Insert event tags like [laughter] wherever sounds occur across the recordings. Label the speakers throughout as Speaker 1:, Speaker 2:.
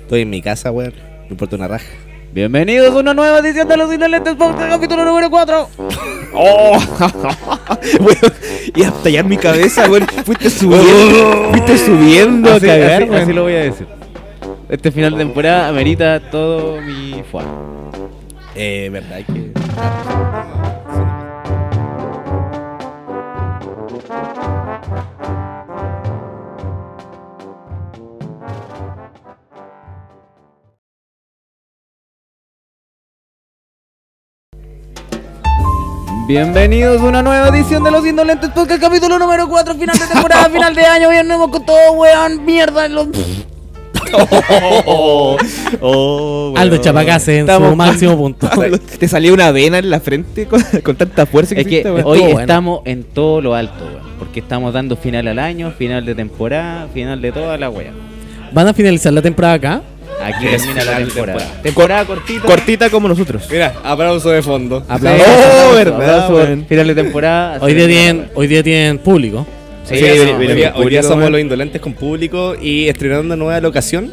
Speaker 1: Estoy en mi casa, weón. Me importa una raja.
Speaker 2: Bienvenidos a una nueva edición de Los Inolentes Podcast, capítulo número 4.
Speaker 3: ¡Oh! Weón, y hasta allá en mi
Speaker 1: [laughs]
Speaker 3: cabeza, weón. Fuiste subiendo. fuiste subiendo a
Speaker 2: así,
Speaker 3: cagar,
Speaker 2: así-
Speaker 3: weón.
Speaker 2: así lo voy a decir. Este final de temporada amerita todo mi fuá.
Speaker 1: Eh, verdad que.
Speaker 2: Bienvenidos a una nueva edición de Los Indolentes Podcast, capítulo número 4, final de temporada, final de año, bien nuevo con todo, weón, mierda. en Los...
Speaker 3: Oh, oh, weón.
Speaker 4: Aldo Chapacase en
Speaker 3: Estamos- [laughs]
Speaker 4: su máximo punto.
Speaker 3: Te salió una vena en la frente con, con tanta fuerza que
Speaker 2: Es que
Speaker 3: hiciste, weón.
Speaker 2: hoy
Speaker 4: Estuvo bueno.
Speaker 2: estamos en todo lo alto, weón, porque estamos dando final al año, final de temporada, final de toda la wea.
Speaker 4: Van a finalizar la temporada acá.
Speaker 2: Aquí termina la
Speaker 1: final de
Speaker 2: temporada.
Speaker 1: temporada.
Speaker 2: Temporada cortita.
Speaker 3: Cortita como nosotros.
Speaker 1: Mira, aplauso de fondo.
Speaker 4: Aplausos.
Speaker 3: Oh, verdad,
Speaker 2: Aplausos,
Speaker 3: weón.
Speaker 2: Final de temporada.
Speaker 4: Hoy día
Speaker 2: Así-
Speaker 4: tienen, hoy día tienen público.
Speaker 2: Sí,
Speaker 1: Hoy día-
Speaker 2: no,
Speaker 1: hoy día-
Speaker 2: hoy día-
Speaker 1: hoy día
Speaker 3: público,
Speaker 1: somos
Speaker 3: weón.
Speaker 1: los indolentes con público y estrenando una nueva locación.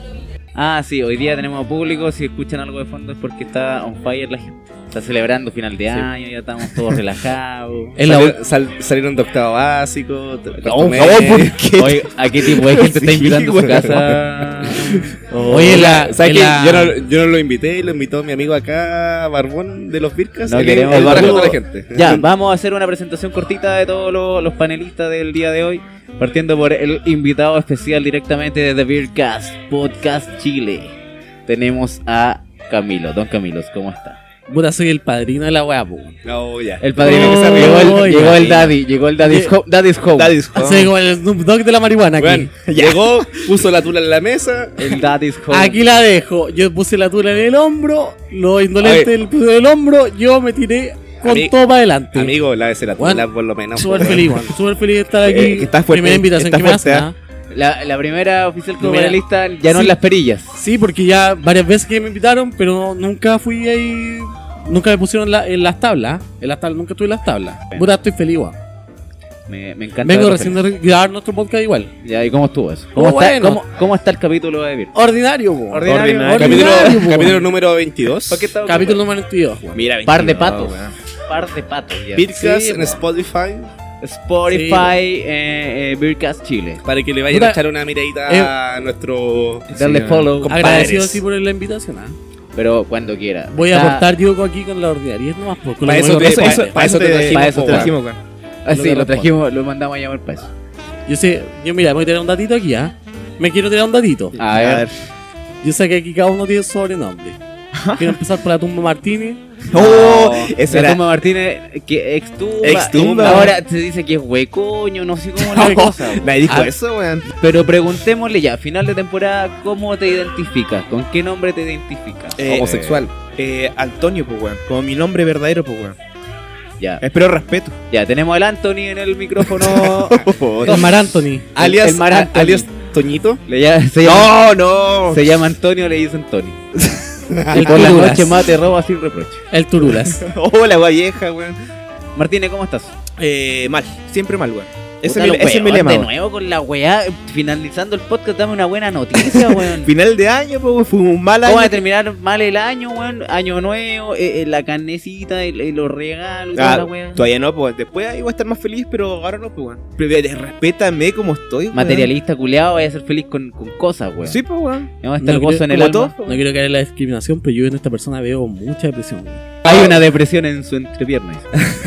Speaker 2: Ah, sí, hoy día tenemos público. Si escuchan algo de fondo es porque está on fire la gente. Está celebrando final de año, ya estamos todos relajados.
Speaker 1: [laughs]
Speaker 4: Es la
Speaker 1: Sali- sal- salieron de octavo básico. de- cuarto
Speaker 3: No,
Speaker 1: medio.
Speaker 3: no, ¿por qué?
Speaker 2: Oye, ¿a qué tipo de gente
Speaker 3: Sí,
Speaker 2: está invitando a su
Speaker 3: weón.
Speaker 2: casa? Oh,
Speaker 4: Oye, la,
Speaker 1: ¿Sabes
Speaker 4: en
Speaker 1: qué?
Speaker 4: la-
Speaker 1: Yo, no, yo no lo invité, lo invitó mi amigo acá, Barbón de los Vircas.
Speaker 2: No
Speaker 1: él-
Speaker 2: queremos
Speaker 1: él
Speaker 2: barbudo.
Speaker 1: barajó a la gente.
Speaker 2: Ya, vamos a hacer una presentación cortita de todos los, los panelistas del día de hoy, partiendo por el invitado especial directamente de The Beercast, Podcast Chile. Tenemos a Camilo. Don Camilo, ¿cómo está?
Speaker 4: puta, soy el padrino de la weá, po.
Speaker 3: Oh.
Speaker 1: No, ya.
Speaker 2: El
Speaker 4: padrino que se
Speaker 2: Llegó
Speaker 4: arriba.
Speaker 2: el,
Speaker 4: Oy,
Speaker 2: llegó el
Speaker 4: Camilo.
Speaker 2: daddy, llegó el daddy's home. Daddy's Oh, home.
Speaker 1: Daddy's home.
Speaker 4: Soy como el Snoop Dogg de la marihuana aquí. [laughs]
Speaker 1: Weón, llegó, puso la tula en la mesa.
Speaker 2: El daddy's
Speaker 3: oh.
Speaker 2: home.
Speaker 4: Aquí la dejo. Yo puse la tula en el hombro, los
Speaker 1: A ver.
Speaker 4: indolentes le puso en el hombro, yo me tiré con
Speaker 1: Ami-
Speaker 4: todo para adelante.
Speaker 1: Amigo, lávese la tula
Speaker 4: Weón,
Speaker 1: por lo menos.
Speaker 4: súper
Speaker 1: po,
Speaker 4: feliz,
Speaker 1: weón.
Speaker 4: weón. Súper feliz de estar aquí.
Speaker 3: Eh, que está fuerte,
Speaker 4: Primera invitación
Speaker 3: está
Speaker 4: que me
Speaker 3: fuerte,
Speaker 4: hacen, ¿ah?
Speaker 2: La, la primera oficial como
Speaker 4: Primera.
Speaker 2: panelista ya no
Speaker 4: Sí.
Speaker 2: en las perillas.
Speaker 4: Sí, porque ya varias veces que me invitaron, pero nunca fui ahí. Nunca me pusieron la- en las tablas. ¿ah? En las tablas, nunca estuve en las tablas. Puta, estoy feliz, weón.
Speaker 2: Me, me encanta.
Speaker 4: Vengo
Speaker 2: verlo
Speaker 4: recién
Speaker 2: feliz.
Speaker 4: de grabar nuestro podcast igual.
Speaker 2: Ya, ¿y cómo estuvo eso? ¿Cómo,
Speaker 4: Oh,
Speaker 2: está,
Speaker 4: bueno.
Speaker 2: cómo, cómo está el capítulo de Beer?
Speaker 4: Ordinario, po.
Speaker 3: Ordinario.
Speaker 1: [laughs] Capítulo,
Speaker 4: Ordinario, po.
Speaker 1: capítulo número 22.
Speaker 2: ¿Por qué está-
Speaker 4: Capítulo número 92. weón.
Speaker 1: Mira,
Speaker 2: Par de
Speaker 1: 22,
Speaker 2: patos.
Speaker 1: weón.
Speaker 2: Par de patos. ya. pues,
Speaker 1: Podcast
Speaker 4: Sí,
Speaker 1: en
Speaker 4: po.
Speaker 1: Spotify
Speaker 2: Spotify, eh, eh, Beercast Chile.
Speaker 1: para que le vayan
Speaker 4: Puta,
Speaker 1: a echar una miradita a nuestro.
Speaker 2: Darle
Speaker 3: Sí,
Speaker 2: follow.
Speaker 1: compadres.
Speaker 4: Agradecido sí por la invitación. ah.
Speaker 2: Pero cuando quiera.
Speaker 4: Voy a
Speaker 2: Está-
Speaker 4: aportar yo aquí con la ordinaria nomás. po, con
Speaker 1: Pa'
Speaker 4: lo
Speaker 1: eso
Speaker 4: que
Speaker 1: te-
Speaker 4: conozco.
Speaker 1: pa' eso te trajimos,
Speaker 2: pa' eso
Speaker 1: po,
Speaker 2: te
Speaker 1: weón.
Speaker 3: Trajimos, weón.
Speaker 2: Ah, sí,
Speaker 4: Lo
Speaker 2: lo
Speaker 4: que
Speaker 2: trajimos, lo mandamos a llamar para eso.
Speaker 4: Yo sé, yo mira, me voy a tirar un datito aquí, ¿ah? Me quiero tirar un datito.
Speaker 2: A ver.
Speaker 4: Yo sé que aquí cada uno tiene su
Speaker 1: [laughs]
Speaker 4: sobrenombre. Quiero empezar por la tumba Martínez.
Speaker 3: Oh, ese
Speaker 2: ese
Speaker 3: era.
Speaker 2: Toma Martínez, que extumba.
Speaker 3: Extumba.
Speaker 2: Ahora se dice que es huecoño, [laughs] no sé cómo le cosa. weón.
Speaker 3: Nadie dijo
Speaker 2: Ah,
Speaker 3: eso, weón.
Speaker 2: Pero preguntémosle ya, final de temporada, ¿cómo te identificas? ¿Con qué nombre te identificas?
Speaker 3: Eh,
Speaker 1: Homosexual.
Speaker 3: Eh, Antonio, pues, weón. Como mi nombre verdadero, pues, weón.
Speaker 2: Ya,
Speaker 3: Espero respeto.
Speaker 2: ya, tenemos al Anthony en el
Speaker 3: [laughs]
Speaker 2: micrófono.
Speaker 4: El Mar Anthony.
Speaker 1: alias,
Speaker 2: el Mar
Speaker 1: a-
Speaker 2: Anthony.
Speaker 1: alias Toñito.
Speaker 2: Le ya- se llama-
Speaker 3: No, no.
Speaker 2: Se llama Antonio, le dicen Tony. Y
Speaker 1: [laughs]
Speaker 4: El
Speaker 2: por la noche
Speaker 4: Turulas.
Speaker 2: mate roba sin reproche.
Speaker 4: El Turulas.
Speaker 3: Hola, weón, vieja, weón.
Speaker 2: Martínez, ¿cómo estás?
Speaker 3: Eh, mal. Siempre mal, weón. Ese
Speaker 2: Puta,
Speaker 3: es mi,
Speaker 2: los
Speaker 3: ese es mi
Speaker 2: weón,
Speaker 3: lema,
Speaker 2: De
Speaker 3: weón.
Speaker 2: nuevo con la weá, finalizando el podcast, dame una buena
Speaker 3: [laughs]
Speaker 2: noticia, weón.
Speaker 3: Final de año, pues, weón. Fue un mal
Speaker 2: ¿Cómo va a
Speaker 3: año.
Speaker 2: terminar mal el año, weón? Año nuevo, eh, eh, la carnecita, el- el- los regalos, toda
Speaker 3: Ah,
Speaker 2: la weá.
Speaker 3: todavía no, pues. Después ahí voy a estar más feliz, pero ahora no, pues, weón. Pero, eh, Respétame como estoy, weón.
Speaker 2: Materialista culeado, vaya a ser feliz con, con cosas, weón.
Speaker 3: Sí, pues, weón.
Speaker 2: Vamos a estar
Speaker 4: No
Speaker 2: gozo
Speaker 4: creo-
Speaker 2: en el
Speaker 3: como
Speaker 2: alma.
Speaker 3: todo. [laughs]
Speaker 4: No quiero caer en la discriminación, pero yo en esta persona veo mucha depresión.
Speaker 2: Hay una depresión en su entrepierna.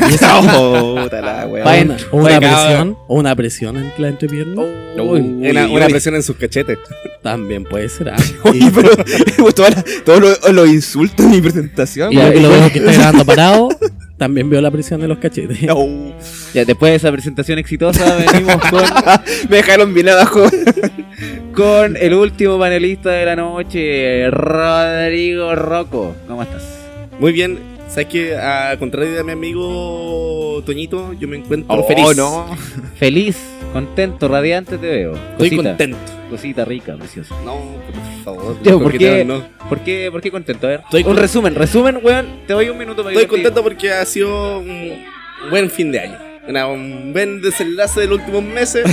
Speaker 4: Y esa-
Speaker 1: [laughs]
Speaker 3: Oh, puta la, weón.
Speaker 2: Pa'
Speaker 4: o
Speaker 2: en-
Speaker 4: una, o una
Speaker 1: Oye,
Speaker 4: presión, o una presión en la entrepierna.
Speaker 1: Oh.
Speaker 2: Uy.
Speaker 1: Una,
Speaker 3: Uy,
Speaker 1: una
Speaker 3: uy.
Speaker 1: presión en sus cachetes.
Speaker 4: También
Speaker 1: [laughs]
Speaker 4: puede ser. ah.
Speaker 3: Oye, pero toda la- todos los los insultos de mi presentación.
Speaker 4: Y
Speaker 3: weón.
Speaker 4: yo que lo veo
Speaker 1: [laughs]
Speaker 4: que está grabando parado, también veo la presión de los cachetes.
Speaker 3: No.
Speaker 2: Ya, después de esa presentación exitosa, venimos con
Speaker 3: Me dejaron bien abajo.
Speaker 2: con el último panelista de la noche, Rodrigo Rocco. ¿Cómo estás?
Speaker 1: Muy bien. ¿Sabes que A contrario de mi amigo Toñito, yo me encuentro feliz.
Speaker 3: Oh, no.
Speaker 2: Feliz, contento, radiante te veo.
Speaker 1: Estoy
Speaker 2: Cosita,
Speaker 1: contento.
Speaker 2: Cosita rica, preciosa.
Speaker 1: No, por favor.
Speaker 2: Yo, ¿por
Speaker 1: coqueteo,
Speaker 2: qué?
Speaker 1: no.
Speaker 2: ¿Por qué, por qué contento? A ver,
Speaker 1: Estoy
Speaker 2: un
Speaker 1: con-
Speaker 2: resumen, resumen, weón. Te doy un minuto para
Speaker 1: Estoy
Speaker 2: divertir.
Speaker 1: contento porque ha sido un buen fin de año. una- un buen desenlace de los últimos meses.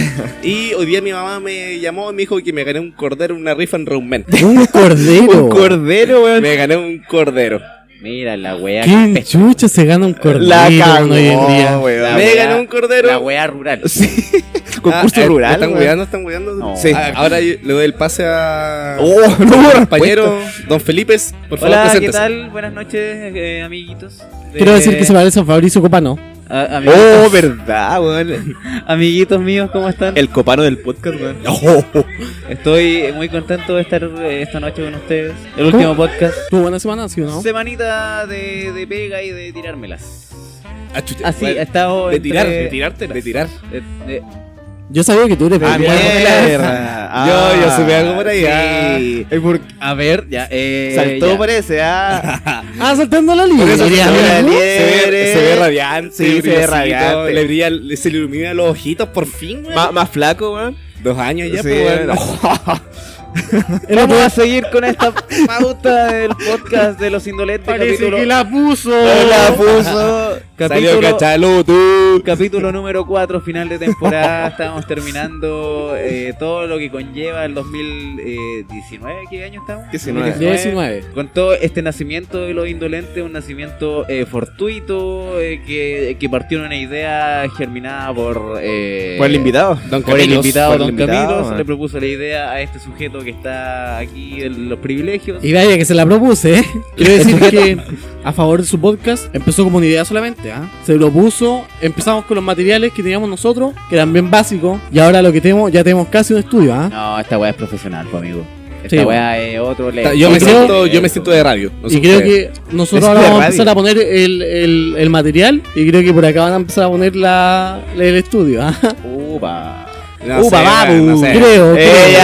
Speaker 1: y hoy día mi mamá me llamó y me dijo que me gané un cordero, en una rifa en Roadman.
Speaker 4: [laughs] Un cordero.
Speaker 3: Un cordero, weón.
Speaker 1: Me gané un cordero.
Speaker 2: Mira la wea.
Speaker 4: ¿Quién chucha se gana un cordero
Speaker 3: La cagó,
Speaker 4: hoy en día? Ah,
Speaker 3: weón.
Speaker 1: Me
Speaker 2: wea-
Speaker 1: gané un cordero.
Speaker 2: La wea rural.
Speaker 3: Sí. Concurso
Speaker 1: Ah, eh,
Speaker 3: rural.
Speaker 1: ¿Están
Speaker 3: weón.
Speaker 1: cuidando? ¿Están cuidando?
Speaker 2: No.
Speaker 1: Sí. Ah, ahora yo le doy el pase a.
Speaker 3: Oh, no hubo
Speaker 1: compañero, don Felipe, por favor,
Speaker 2: Hola, ¿qué
Speaker 1: preséntese.
Speaker 2: [laughs] tal? Buenas noches, eh, amiguitos. Eh, de-
Speaker 4: Quiero decir que se parece a Fabricio Copano.
Speaker 2: a- amiguitos,
Speaker 3: respuesta. Oh, verdad, weón.
Speaker 2: amiguitos míos, ¿cómo están?
Speaker 3: El copano del podcast, weón.
Speaker 2: Estoy muy contento de estar eh, esta noche con ustedes. El último podcast.
Speaker 4: Tuvo buena semana, ¿sí o no?
Speaker 2: Semanita de, de pega y de tirármelas.
Speaker 1: Ah, chucha.
Speaker 2: Así,
Speaker 1: Bueno,
Speaker 2: ha estado.
Speaker 1: de
Speaker 2: entre-
Speaker 1: tirar, de tirártela. De tirar.
Speaker 2: de- de-
Speaker 4: Yo sabía que tú eres
Speaker 3: Ah,
Speaker 4: peruano.
Speaker 3: mierda. Ah,
Speaker 1: yo, yo supe algo por ahí. ah.
Speaker 3: sí.
Speaker 2: Ay, por- A ver, ya. Eh,
Speaker 3: Saltó
Speaker 2: ya.
Speaker 3: parece, ah.
Speaker 4: [laughs] Ah, saltando la línea.
Speaker 3: Por eso se ve la liebre.
Speaker 1: Se ve, se ve radiante,
Speaker 3: Sí, se ve
Speaker 1: brillosito,
Speaker 3: radiante.
Speaker 1: Le brilla, le- se le iluminan los ojitos por fin, güey.
Speaker 3: Má- más flaco, weón.
Speaker 1: Dos años ya,
Speaker 3: Sí,
Speaker 1: pues, güey.
Speaker 4: El otro-
Speaker 2: Vamos a seguir con esta pauta del podcast de los indolentes. capítulo,
Speaker 4: la puso.
Speaker 3: la puso.
Speaker 1: Salió
Speaker 2: capítulo,
Speaker 1: cachaluto.
Speaker 2: capítulo número 4, final de temporada. [laughs] Estamos terminando eh, todo lo que conlleva el 2019. ¿Qué año estamos?
Speaker 3: 19.
Speaker 4: 19.
Speaker 2: Con todo este nacimiento de los indolentes, un nacimiento eh, fortuito eh, que, que partió de una idea germinada por. eh,
Speaker 3: Por el invitado.
Speaker 1: Don
Speaker 2: Por el
Speaker 1: Camilos,
Speaker 2: invitado
Speaker 3: por el
Speaker 2: Don
Speaker 3: invitado,
Speaker 2: Camilo
Speaker 3: man.
Speaker 2: se le propuso la idea a este sujeto que está aquí en los privilegios.
Speaker 4: Y vaya que se la propuse, ¿eh? Quiero decir que a favor de su podcast empezó como una idea solamente, ¿ah? Se propuso, empezamos con los materiales que teníamos nosotros, que eran bien básicos, y ahora lo que tenemos, ya tenemos casi un estudio, ¿ah?
Speaker 2: No, esta weá es profesional, pues, amigo. Esta
Speaker 4: Sí,
Speaker 2: weá es otro
Speaker 1: Está-
Speaker 2: level.
Speaker 1: Yo me
Speaker 4: Y creo-
Speaker 1: siento, yo me siento de radio. no sé
Speaker 4: y creo
Speaker 1: ustedes.
Speaker 4: que nosotros
Speaker 3: Es
Speaker 4: ahora
Speaker 3: de
Speaker 4: vamos a
Speaker 3: radio.
Speaker 4: empezar a poner el, el, el material y creo que por acá van a empezar a poner la, el estudio, ¿ah?
Speaker 2: Upa.
Speaker 4: uh,
Speaker 1: No sé,
Speaker 3: Upa,
Speaker 1: güey, no
Speaker 3: babu.
Speaker 1: sé.
Speaker 4: [laughs] Creo, creo.
Speaker 3: Eh,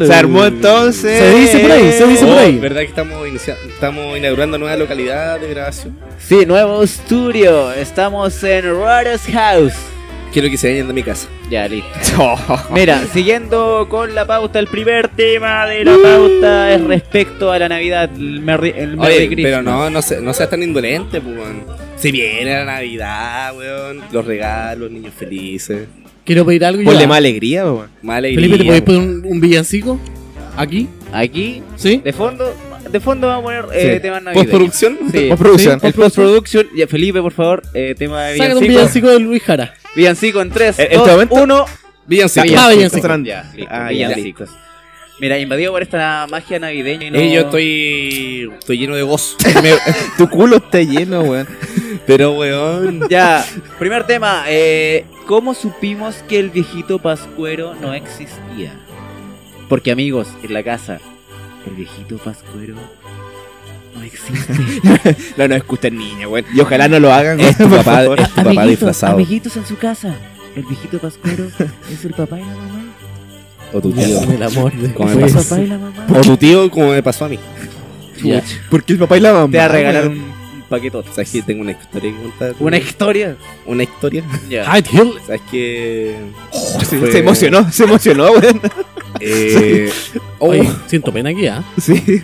Speaker 3: ya. Se armó entonces.
Speaker 4: Se dice por ahí, se dice por ahí.
Speaker 1: Oh, ¿Verdad que estamos, inicia- estamos inaugurando nueva localidad de grabación?
Speaker 2: Sí, nuevo estudio. Estamos en Rotters House.
Speaker 1: Quiero que se vayan de mi
Speaker 4: [laughs]
Speaker 1: casa.
Speaker 2: Ya, listo.
Speaker 3: Oh.
Speaker 2: Mira, siguiendo con la pauta, el primer tema de la pauta es respecto a la Navidad, el Merry, el Merry
Speaker 1: Oye,
Speaker 2: Christmas.
Speaker 1: pero no, no, se- no seas tan indolente, pues, weón. Se viene la Navidad, weón. Los regalos, niños felices.
Speaker 4: Quiero pedir algo. y
Speaker 3: Ponle
Speaker 4: ya.
Speaker 3: más alegría, weón.
Speaker 1: Más alegría.
Speaker 4: Felipe, ¿te podéis
Speaker 1: weón.
Speaker 4: poner un, un villancico? ¿Aquí?
Speaker 2: Aquí,
Speaker 4: ¿Sí?
Speaker 2: de fondo, de fondo vamos a poner eh,
Speaker 1: Sí.
Speaker 2: temas navideños.
Speaker 1: ¿Postproducción?
Speaker 2: Sí.
Speaker 3: Postproducción.
Speaker 2: El post-production, ya, Felipe, por favor, eh, tema de
Speaker 4: Sácate un
Speaker 2: villancico.
Speaker 4: villancico de Luis Jara.
Speaker 2: Villancico en 3,
Speaker 1: Eh,
Speaker 3: En este momento-
Speaker 2: 1.
Speaker 1: Villancico.
Speaker 4: Ah, villancico.
Speaker 2: Ya, listo,
Speaker 3: Ah, ya.
Speaker 2: villancicos. Mira, invadido por esta magia navideña. Y no...
Speaker 1: Eh, yo estoy, estoy lleno de [laughs] gozo.
Speaker 3: Tu culo está lleno, weón.
Speaker 1: Pero, weón.
Speaker 2: Ya, primer tema. eh, ¿Cómo supimos que el viejito pascuero no existía? Porque, amigos, en la casa, el viejito pascuero no existe.
Speaker 3: No nos escuchan niña, weón. Y ojalá no lo hagan,
Speaker 1: Es tu
Speaker 3: por
Speaker 1: papá,
Speaker 3: favor.
Speaker 1: es tu papá disfrazado.
Speaker 2: Amiguitos en su casa, el viejito pascuero es el papá y la mamá.
Speaker 1: O tu tío.
Speaker 4: el amor de
Speaker 1: Como me
Speaker 2: El
Speaker 1: Pues-
Speaker 2: papá y la mamá.
Speaker 1: o tu tío, como me pasó a mí.
Speaker 2: Ya.
Speaker 3: ¿Por qué el papá y la mamá?
Speaker 2: Te va a regalar
Speaker 3: weón?
Speaker 2: un un paquetote.
Speaker 1: ¿Sabes que tengo una historia que contar?
Speaker 2: ¿Una historia?
Speaker 1: Una historia.
Speaker 2: Ya.
Speaker 4: Hyde Hill.
Speaker 1: ¿Sabes que
Speaker 3: Oh, se,
Speaker 1: Fue-
Speaker 3: se emocionó, se emocionó, weón.
Speaker 1: Eh,
Speaker 4: Oye, siento pena aquí, ¿ah?
Speaker 3: Sí.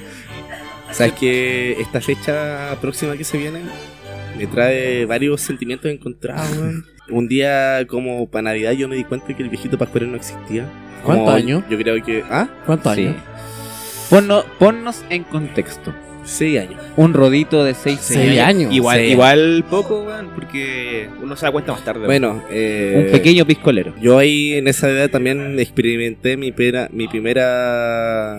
Speaker 1: ¿Sabes que esta fecha próxima que se viene me trae varios sentimientos encontrados, weón? Un día como para Navidad yo me di cuenta que el viejito Pascuero no existía. Como
Speaker 4: ¿Cuántos años?
Speaker 1: Yo creo que... ¿Ah?
Speaker 4: ¿Cuántos
Speaker 2: Sí.
Speaker 4: años?
Speaker 2: Ponno- ponnos en contexto.
Speaker 1: Seis años.
Speaker 2: Un rodito de 6
Speaker 4: Seis años.
Speaker 3: Igual,
Speaker 1: Sí.
Speaker 3: igual poco, weón, porque uno se da cuenta más tarde. weón.
Speaker 1: Bueno, eh,
Speaker 2: Un pequeño piscolero.
Speaker 1: Yo ahí en esa edad también experimenté mi, pera- mi primera...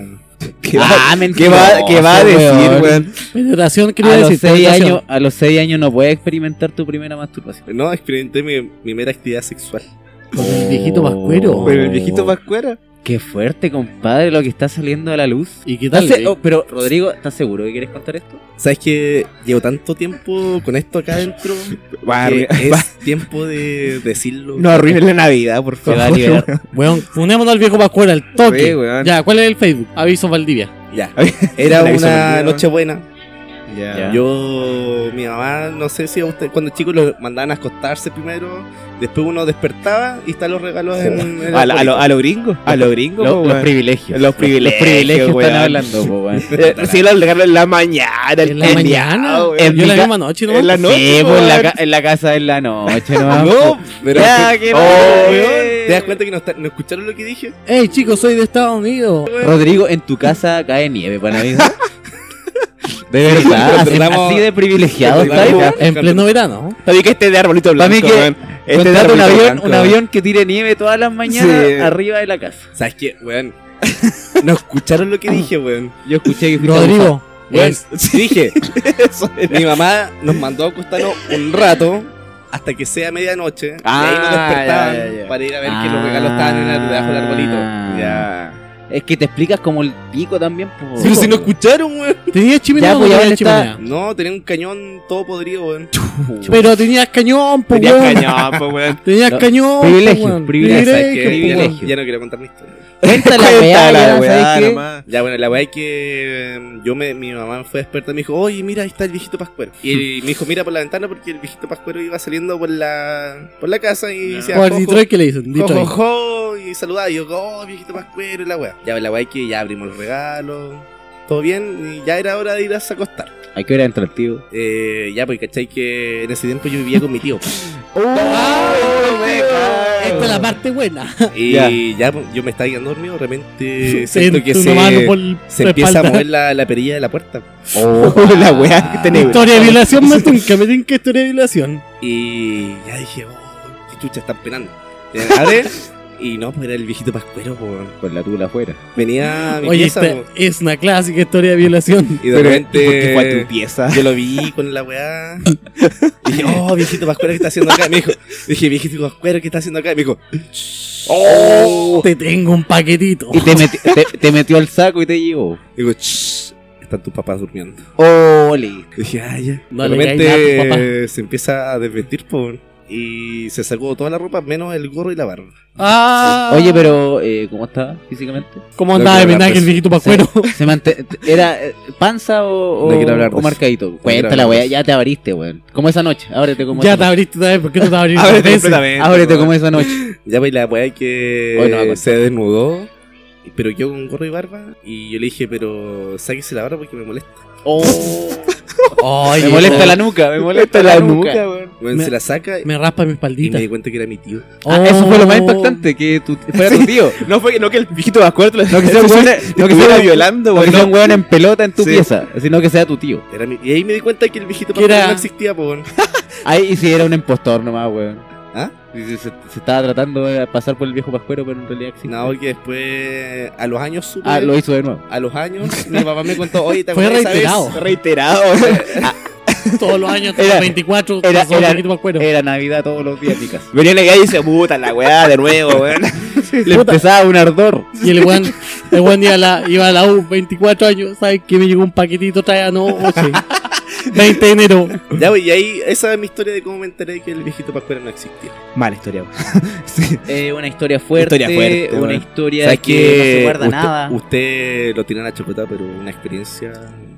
Speaker 3: ¿Qué
Speaker 2: Ah,
Speaker 3: va,
Speaker 2: mentiroso,
Speaker 3: qué va, qué va a decir,
Speaker 4: weón.
Speaker 3: weón?
Speaker 4: Penetración, quería
Speaker 2: A los,
Speaker 4: decir.
Speaker 2: 6
Speaker 4: penetración.
Speaker 2: años, a los seis años no puedes experimentar tu primera masturbación.
Speaker 1: No, experimenté mi mi primera actividad sexual.
Speaker 4: Con el viejito pascuero.
Speaker 3: Pero el viejito Pascuera.
Speaker 2: Qué fuerte, compadre, lo que está saliendo a la luz.
Speaker 4: ¿Y eh, qué tal?
Speaker 2: ¿Estás se- oh, pero, Rodrigo, ¿estás seguro que quieres contar esto?
Speaker 1: ¿Sabes que llevo tanto tiempo con esto acá adentro? que
Speaker 3: Barri-
Speaker 1: es tiempo de decirlo.
Speaker 3: Ah, No arruines la Navidad, por
Speaker 2: Se
Speaker 3: favor.
Speaker 2: va a liberar.
Speaker 4: Weón, funémonos al viejo Pascuero al toque.
Speaker 3: Sí, weón.
Speaker 4: ya, ¿cuál es el Facebook? Aviso Valdivia.
Speaker 1: Ya. Era
Speaker 3: Aviso
Speaker 1: una
Speaker 3: perdido.
Speaker 1: noche buena.
Speaker 2: Ya.
Speaker 1: Yo, mi mamá, no sé si a usted, cuando chicos los mandaban a acostarse primero, después uno despertaba y están los regalos en, en el
Speaker 3: A, la- a lo,
Speaker 1: alcohólico.
Speaker 3: a lo gringo, a lo gringo,
Speaker 2: Lo-
Speaker 3: po,
Speaker 2: los
Speaker 3: weón.
Speaker 2: privilegios.
Speaker 3: Los privilegios,
Speaker 2: Los privilegios
Speaker 3: weón.
Speaker 2: están hablando, po,
Speaker 3: [laughs]
Speaker 2: weón.
Speaker 3: Eh, Sí, lo regalo en la mañana, el
Speaker 4: En la
Speaker 3: día,
Speaker 4: mañana.
Speaker 3: weón.
Speaker 4: Yo
Speaker 2: En
Speaker 4: la
Speaker 2: mi
Speaker 4: misma noche, ¿no?
Speaker 3: pues, en la noche,
Speaker 2: Sí, po, en, la
Speaker 3: weón.
Speaker 2: ca- en la casa en la noche,
Speaker 3: [laughs]
Speaker 2: ¿no?
Speaker 3: No, pues,
Speaker 1: Pero-
Speaker 2: Ya, qué
Speaker 1: Oh,
Speaker 2: mal,
Speaker 1: weón,
Speaker 2: weón.
Speaker 1: ¿Te das cuenta que no, está- no escucharon lo que dije?
Speaker 4: Ey, chicos, soy de Estados Unidos.
Speaker 2: Rodrigo, en tu casa cae nieve para
Speaker 3: [laughs]
Speaker 2: mí. De verdad,
Speaker 1: Cuando
Speaker 2: así,
Speaker 1: entramos-
Speaker 2: así de privilegiado
Speaker 1: cuando
Speaker 2: está ahí,
Speaker 1: entramos-
Speaker 2: po.
Speaker 4: En pleno verano.
Speaker 3: Sabía que este de arbolito
Speaker 2: Pa'
Speaker 3: blanco,
Speaker 2: mí que-
Speaker 3: weón. Este de
Speaker 2: Contrata un
Speaker 3: arbolito
Speaker 2: avión,
Speaker 3: blanco,
Speaker 2: un avión que tire nieve todas las mañanas
Speaker 3: Sí.
Speaker 2: arriba de la casa.
Speaker 1: ¿Sabes qué, weón? No escucharon lo que dije, weón.
Speaker 2: Yo escuché que fuiste
Speaker 4: Rodrigo.
Speaker 1: Weón,
Speaker 4: es-
Speaker 1: dije, mi mamá nos mandó a acostarnos un rato hasta que sea medianoche. y ahí nos
Speaker 2: Ah,
Speaker 1: despertaban
Speaker 2: ya, ya, Ah. ya.
Speaker 1: para ir a ver
Speaker 2: Ah.
Speaker 1: que los regalos estaban en el, debajo del arbolito.
Speaker 2: Ya. Es que te explicas como el pico también, po.
Speaker 3: pues,
Speaker 1: Pero si no escucharon, weón.
Speaker 3: [laughs]
Speaker 4: ¿Tenías chimenea
Speaker 2: Ya,
Speaker 4: o no
Speaker 2: pues, ya
Speaker 4: tenías
Speaker 2: está-
Speaker 4: chimenea?
Speaker 1: No, tenía un cañón todo podrido, weón.
Speaker 4: Pero tenías cañón, po,
Speaker 3: Tenía
Speaker 4: weón.
Speaker 3: cañón, po,
Speaker 4: [laughs]
Speaker 3: weón.
Speaker 4: Tenías
Speaker 2: No,
Speaker 4: cañón.
Speaker 2: privilegio,
Speaker 4: po, weón.
Speaker 2: privilegio,
Speaker 1: ¿Sabes qué?
Speaker 4: po,
Speaker 2: privilegio.
Speaker 4: weón.
Speaker 1: Ya no quiero contar mi historia.
Speaker 2: Cuenta la
Speaker 3: Cuenta
Speaker 2: weá,
Speaker 3: la
Speaker 2: ya,
Speaker 3: weá
Speaker 2: ¿sabes qué?
Speaker 3: nomás.
Speaker 1: Ya, bueno, la weá es que eh, yo me, mi mamá fue despierta y me dijo, oye, mira, ahí está el viejito Pascuero.
Speaker 2: [laughs]
Speaker 1: Y me dijo, mira por la ventana porque el viejito Pascuero iba saliendo por la, por la casa y decía,
Speaker 4: O al
Speaker 1: "Jojo,
Speaker 4: Detroit que le dicen.
Speaker 1: jo, jo,
Speaker 4: Detroit.
Speaker 1: jo", y saludaba, y yo, oh, viejito Pascuero, y la weá. Ya, la weá es que ya abrimos el regalo, todo bien, y ya era hora de ir a acostar.
Speaker 2: ¿A qué hora entra el tío?
Speaker 1: Eh, ya, porque cachai que en ese tiempo yo vivía con mi tío. pues.
Speaker 4: [laughs] Oh, Esta es la parte buena.
Speaker 1: Y
Speaker 2: Ya.
Speaker 1: ya, pues, yo me estaba quedando dormido, de repente
Speaker 4: [laughs]
Speaker 1: siento
Speaker 4: Siento
Speaker 1: que
Speaker 4: tu mano
Speaker 1: se,
Speaker 4: por
Speaker 1: se
Speaker 4: la
Speaker 1: empieza a
Speaker 4: espalda.
Speaker 1: mover la, la perilla de la puerta.
Speaker 3: Oh, [laughs] la weá que tenés.
Speaker 4: Historia de violación, Matunca. Me tienen que historia de violación.
Speaker 1: Y ya dije, oh, qué chucha están penando. Ya,
Speaker 4: [laughs]
Speaker 1: Abre, y no, pues era el viejito Pascuero, po, weón.
Speaker 2: Con pues la tula afuera.
Speaker 1: Venía a mi
Speaker 4: Oye,
Speaker 1: pieza, pues.
Speaker 4: esta
Speaker 1: po,
Speaker 4: es una clásica historia de
Speaker 1: [laughs]
Speaker 4: violación.
Speaker 1: y de
Speaker 3: Pero, ¿y por qué fue a tu
Speaker 1: repente
Speaker 3: pieza?
Speaker 1: yo lo vi con la weá. Y dije, oh, viejito Pascuero, ¿qué está haciendo acá? Me dijo, dije, viejito Pascuero, ¿qué está haciendo acá? Me dijo,
Speaker 3: Oh,
Speaker 4: Te tengo un paquetito.
Speaker 2: Y te, meti- [laughs] te- te metió al saco y te llevó.
Speaker 1: digo, "Shh, están tus papás durmiendo.
Speaker 3: oh,
Speaker 2: Oli.
Speaker 1: Dije, ah, ya.
Speaker 4: No
Speaker 1: de
Speaker 4: le caes nada a tu
Speaker 1: repente se empieza a desvestir, po, weón. y se sacó toda la ropa, menos el gorro y la barba.
Speaker 4: Ah.
Speaker 2: Oye, pero eh, ¿cómo estaba físicamente?
Speaker 4: ¿Cómo andaba
Speaker 1: No
Speaker 4: de
Speaker 1: quiero hablar
Speaker 4: menaje
Speaker 1: de
Speaker 4: el
Speaker 2: pues,
Speaker 4: viejito pascuero?
Speaker 2: Se mante- ¿Era eh, panza o, o,
Speaker 1: No quiero hablar de
Speaker 2: o
Speaker 1: eso.
Speaker 2: marcadito?
Speaker 1: quiero
Speaker 2: Cuenta
Speaker 1: hablar
Speaker 2: la
Speaker 1: de
Speaker 2: weá,
Speaker 1: eso.
Speaker 2: ya te abriste, weón. Como esa noche, ábrete como
Speaker 4: Ya te
Speaker 2: esa noche.
Speaker 4: abriste otra vez, ¿por qué
Speaker 2: [laughs]
Speaker 4: no te abriste?
Speaker 3: Ábrete
Speaker 4: otra vez?
Speaker 3: completamente.
Speaker 2: Ábrete
Speaker 3: pues, weón.
Speaker 2: como esa noche.
Speaker 1: Ya pues la weá que
Speaker 2: Hoy no va a contar.
Speaker 1: se desnudó, pero quedó con gorro y barba. Y yo le dije, pero sáquese la barba porque me molesta.
Speaker 4: Oye,
Speaker 2: me molesta la nuca,
Speaker 1: [laughs]
Speaker 2: me molesta la, nuca.
Speaker 3: weón.
Speaker 1: Bueno,
Speaker 4: Me-
Speaker 1: se la saca
Speaker 4: Me raspa mi
Speaker 1: y
Speaker 4: espaldita.
Speaker 1: me di cuenta que era mi tío.
Speaker 2: Ah, eso fue lo más
Speaker 4: Oh.
Speaker 2: impactante, que tu, fuera tu tío.
Speaker 3: No fue que- no que el viejito Pascual te lo
Speaker 2: No que sea un weón- no que sea
Speaker 3: estuviera
Speaker 2: un-
Speaker 3: violando,
Speaker 2: No que
Speaker 3: weón.
Speaker 2: sea un weón en pelota en tu
Speaker 3: Sí.
Speaker 2: pieza, sino que sea tu tío.
Speaker 1: Era mi- Y ahí me di cuenta que el viejito
Speaker 4: ¿Qué era?
Speaker 1: Pascuero no existía, po. weón.
Speaker 2: Ahí sí era un impostor nomás, weón.
Speaker 1: ¿Ah?
Speaker 2: Sí, sí, Se, se estaba tratando de pasar por el viejo pascuero, pero en realidad sí.
Speaker 1: No, porque después a los años supe.
Speaker 2: ah, lo hizo de nuevo.
Speaker 1: A los años, mi papá me contó, oye, ¿te
Speaker 4: Fue
Speaker 1: acuerdas de esa
Speaker 4: reiterado.
Speaker 1: vez?
Speaker 3: Reiterado, weón.
Speaker 4: [laughs] Todos los años,
Speaker 2: Era-
Speaker 4: 24,
Speaker 2: era-
Speaker 4: pasó el
Speaker 2: era-
Speaker 4: viejito pascuero.
Speaker 2: Era Navidad todos los días, chicas. [laughs]
Speaker 3: Venía la guía y dice, puta la weá de nuevo, weón.
Speaker 2: Le empezaba un ardor.
Speaker 4: Y el weón, el weón iba, a la, iba a la U, 24 años, ¿sabes qué? Me llegó un paquetito, trae ah, anoche.
Speaker 2: [laughs]
Speaker 4: 20 de enero.
Speaker 2: Ah.
Speaker 1: Ya, pues, y ahí esa es mi historia de cómo me enteré que el viejito Pascuero no existía.
Speaker 3: Mala historia, weón.
Speaker 2: [laughs] Eh, una historia fuerte,
Speaker 3: Historia fuerte,
Speaker 2: una
Speaker 3: weón.
Speaker 2: historia
Speaker 1: ¿Sabes
Speaker 2: que, no se guarda
Speaker 1: usted,
Speaker 2: nada.
Speaker 1: Usted lo tiene en la chocota, pero una experiencia.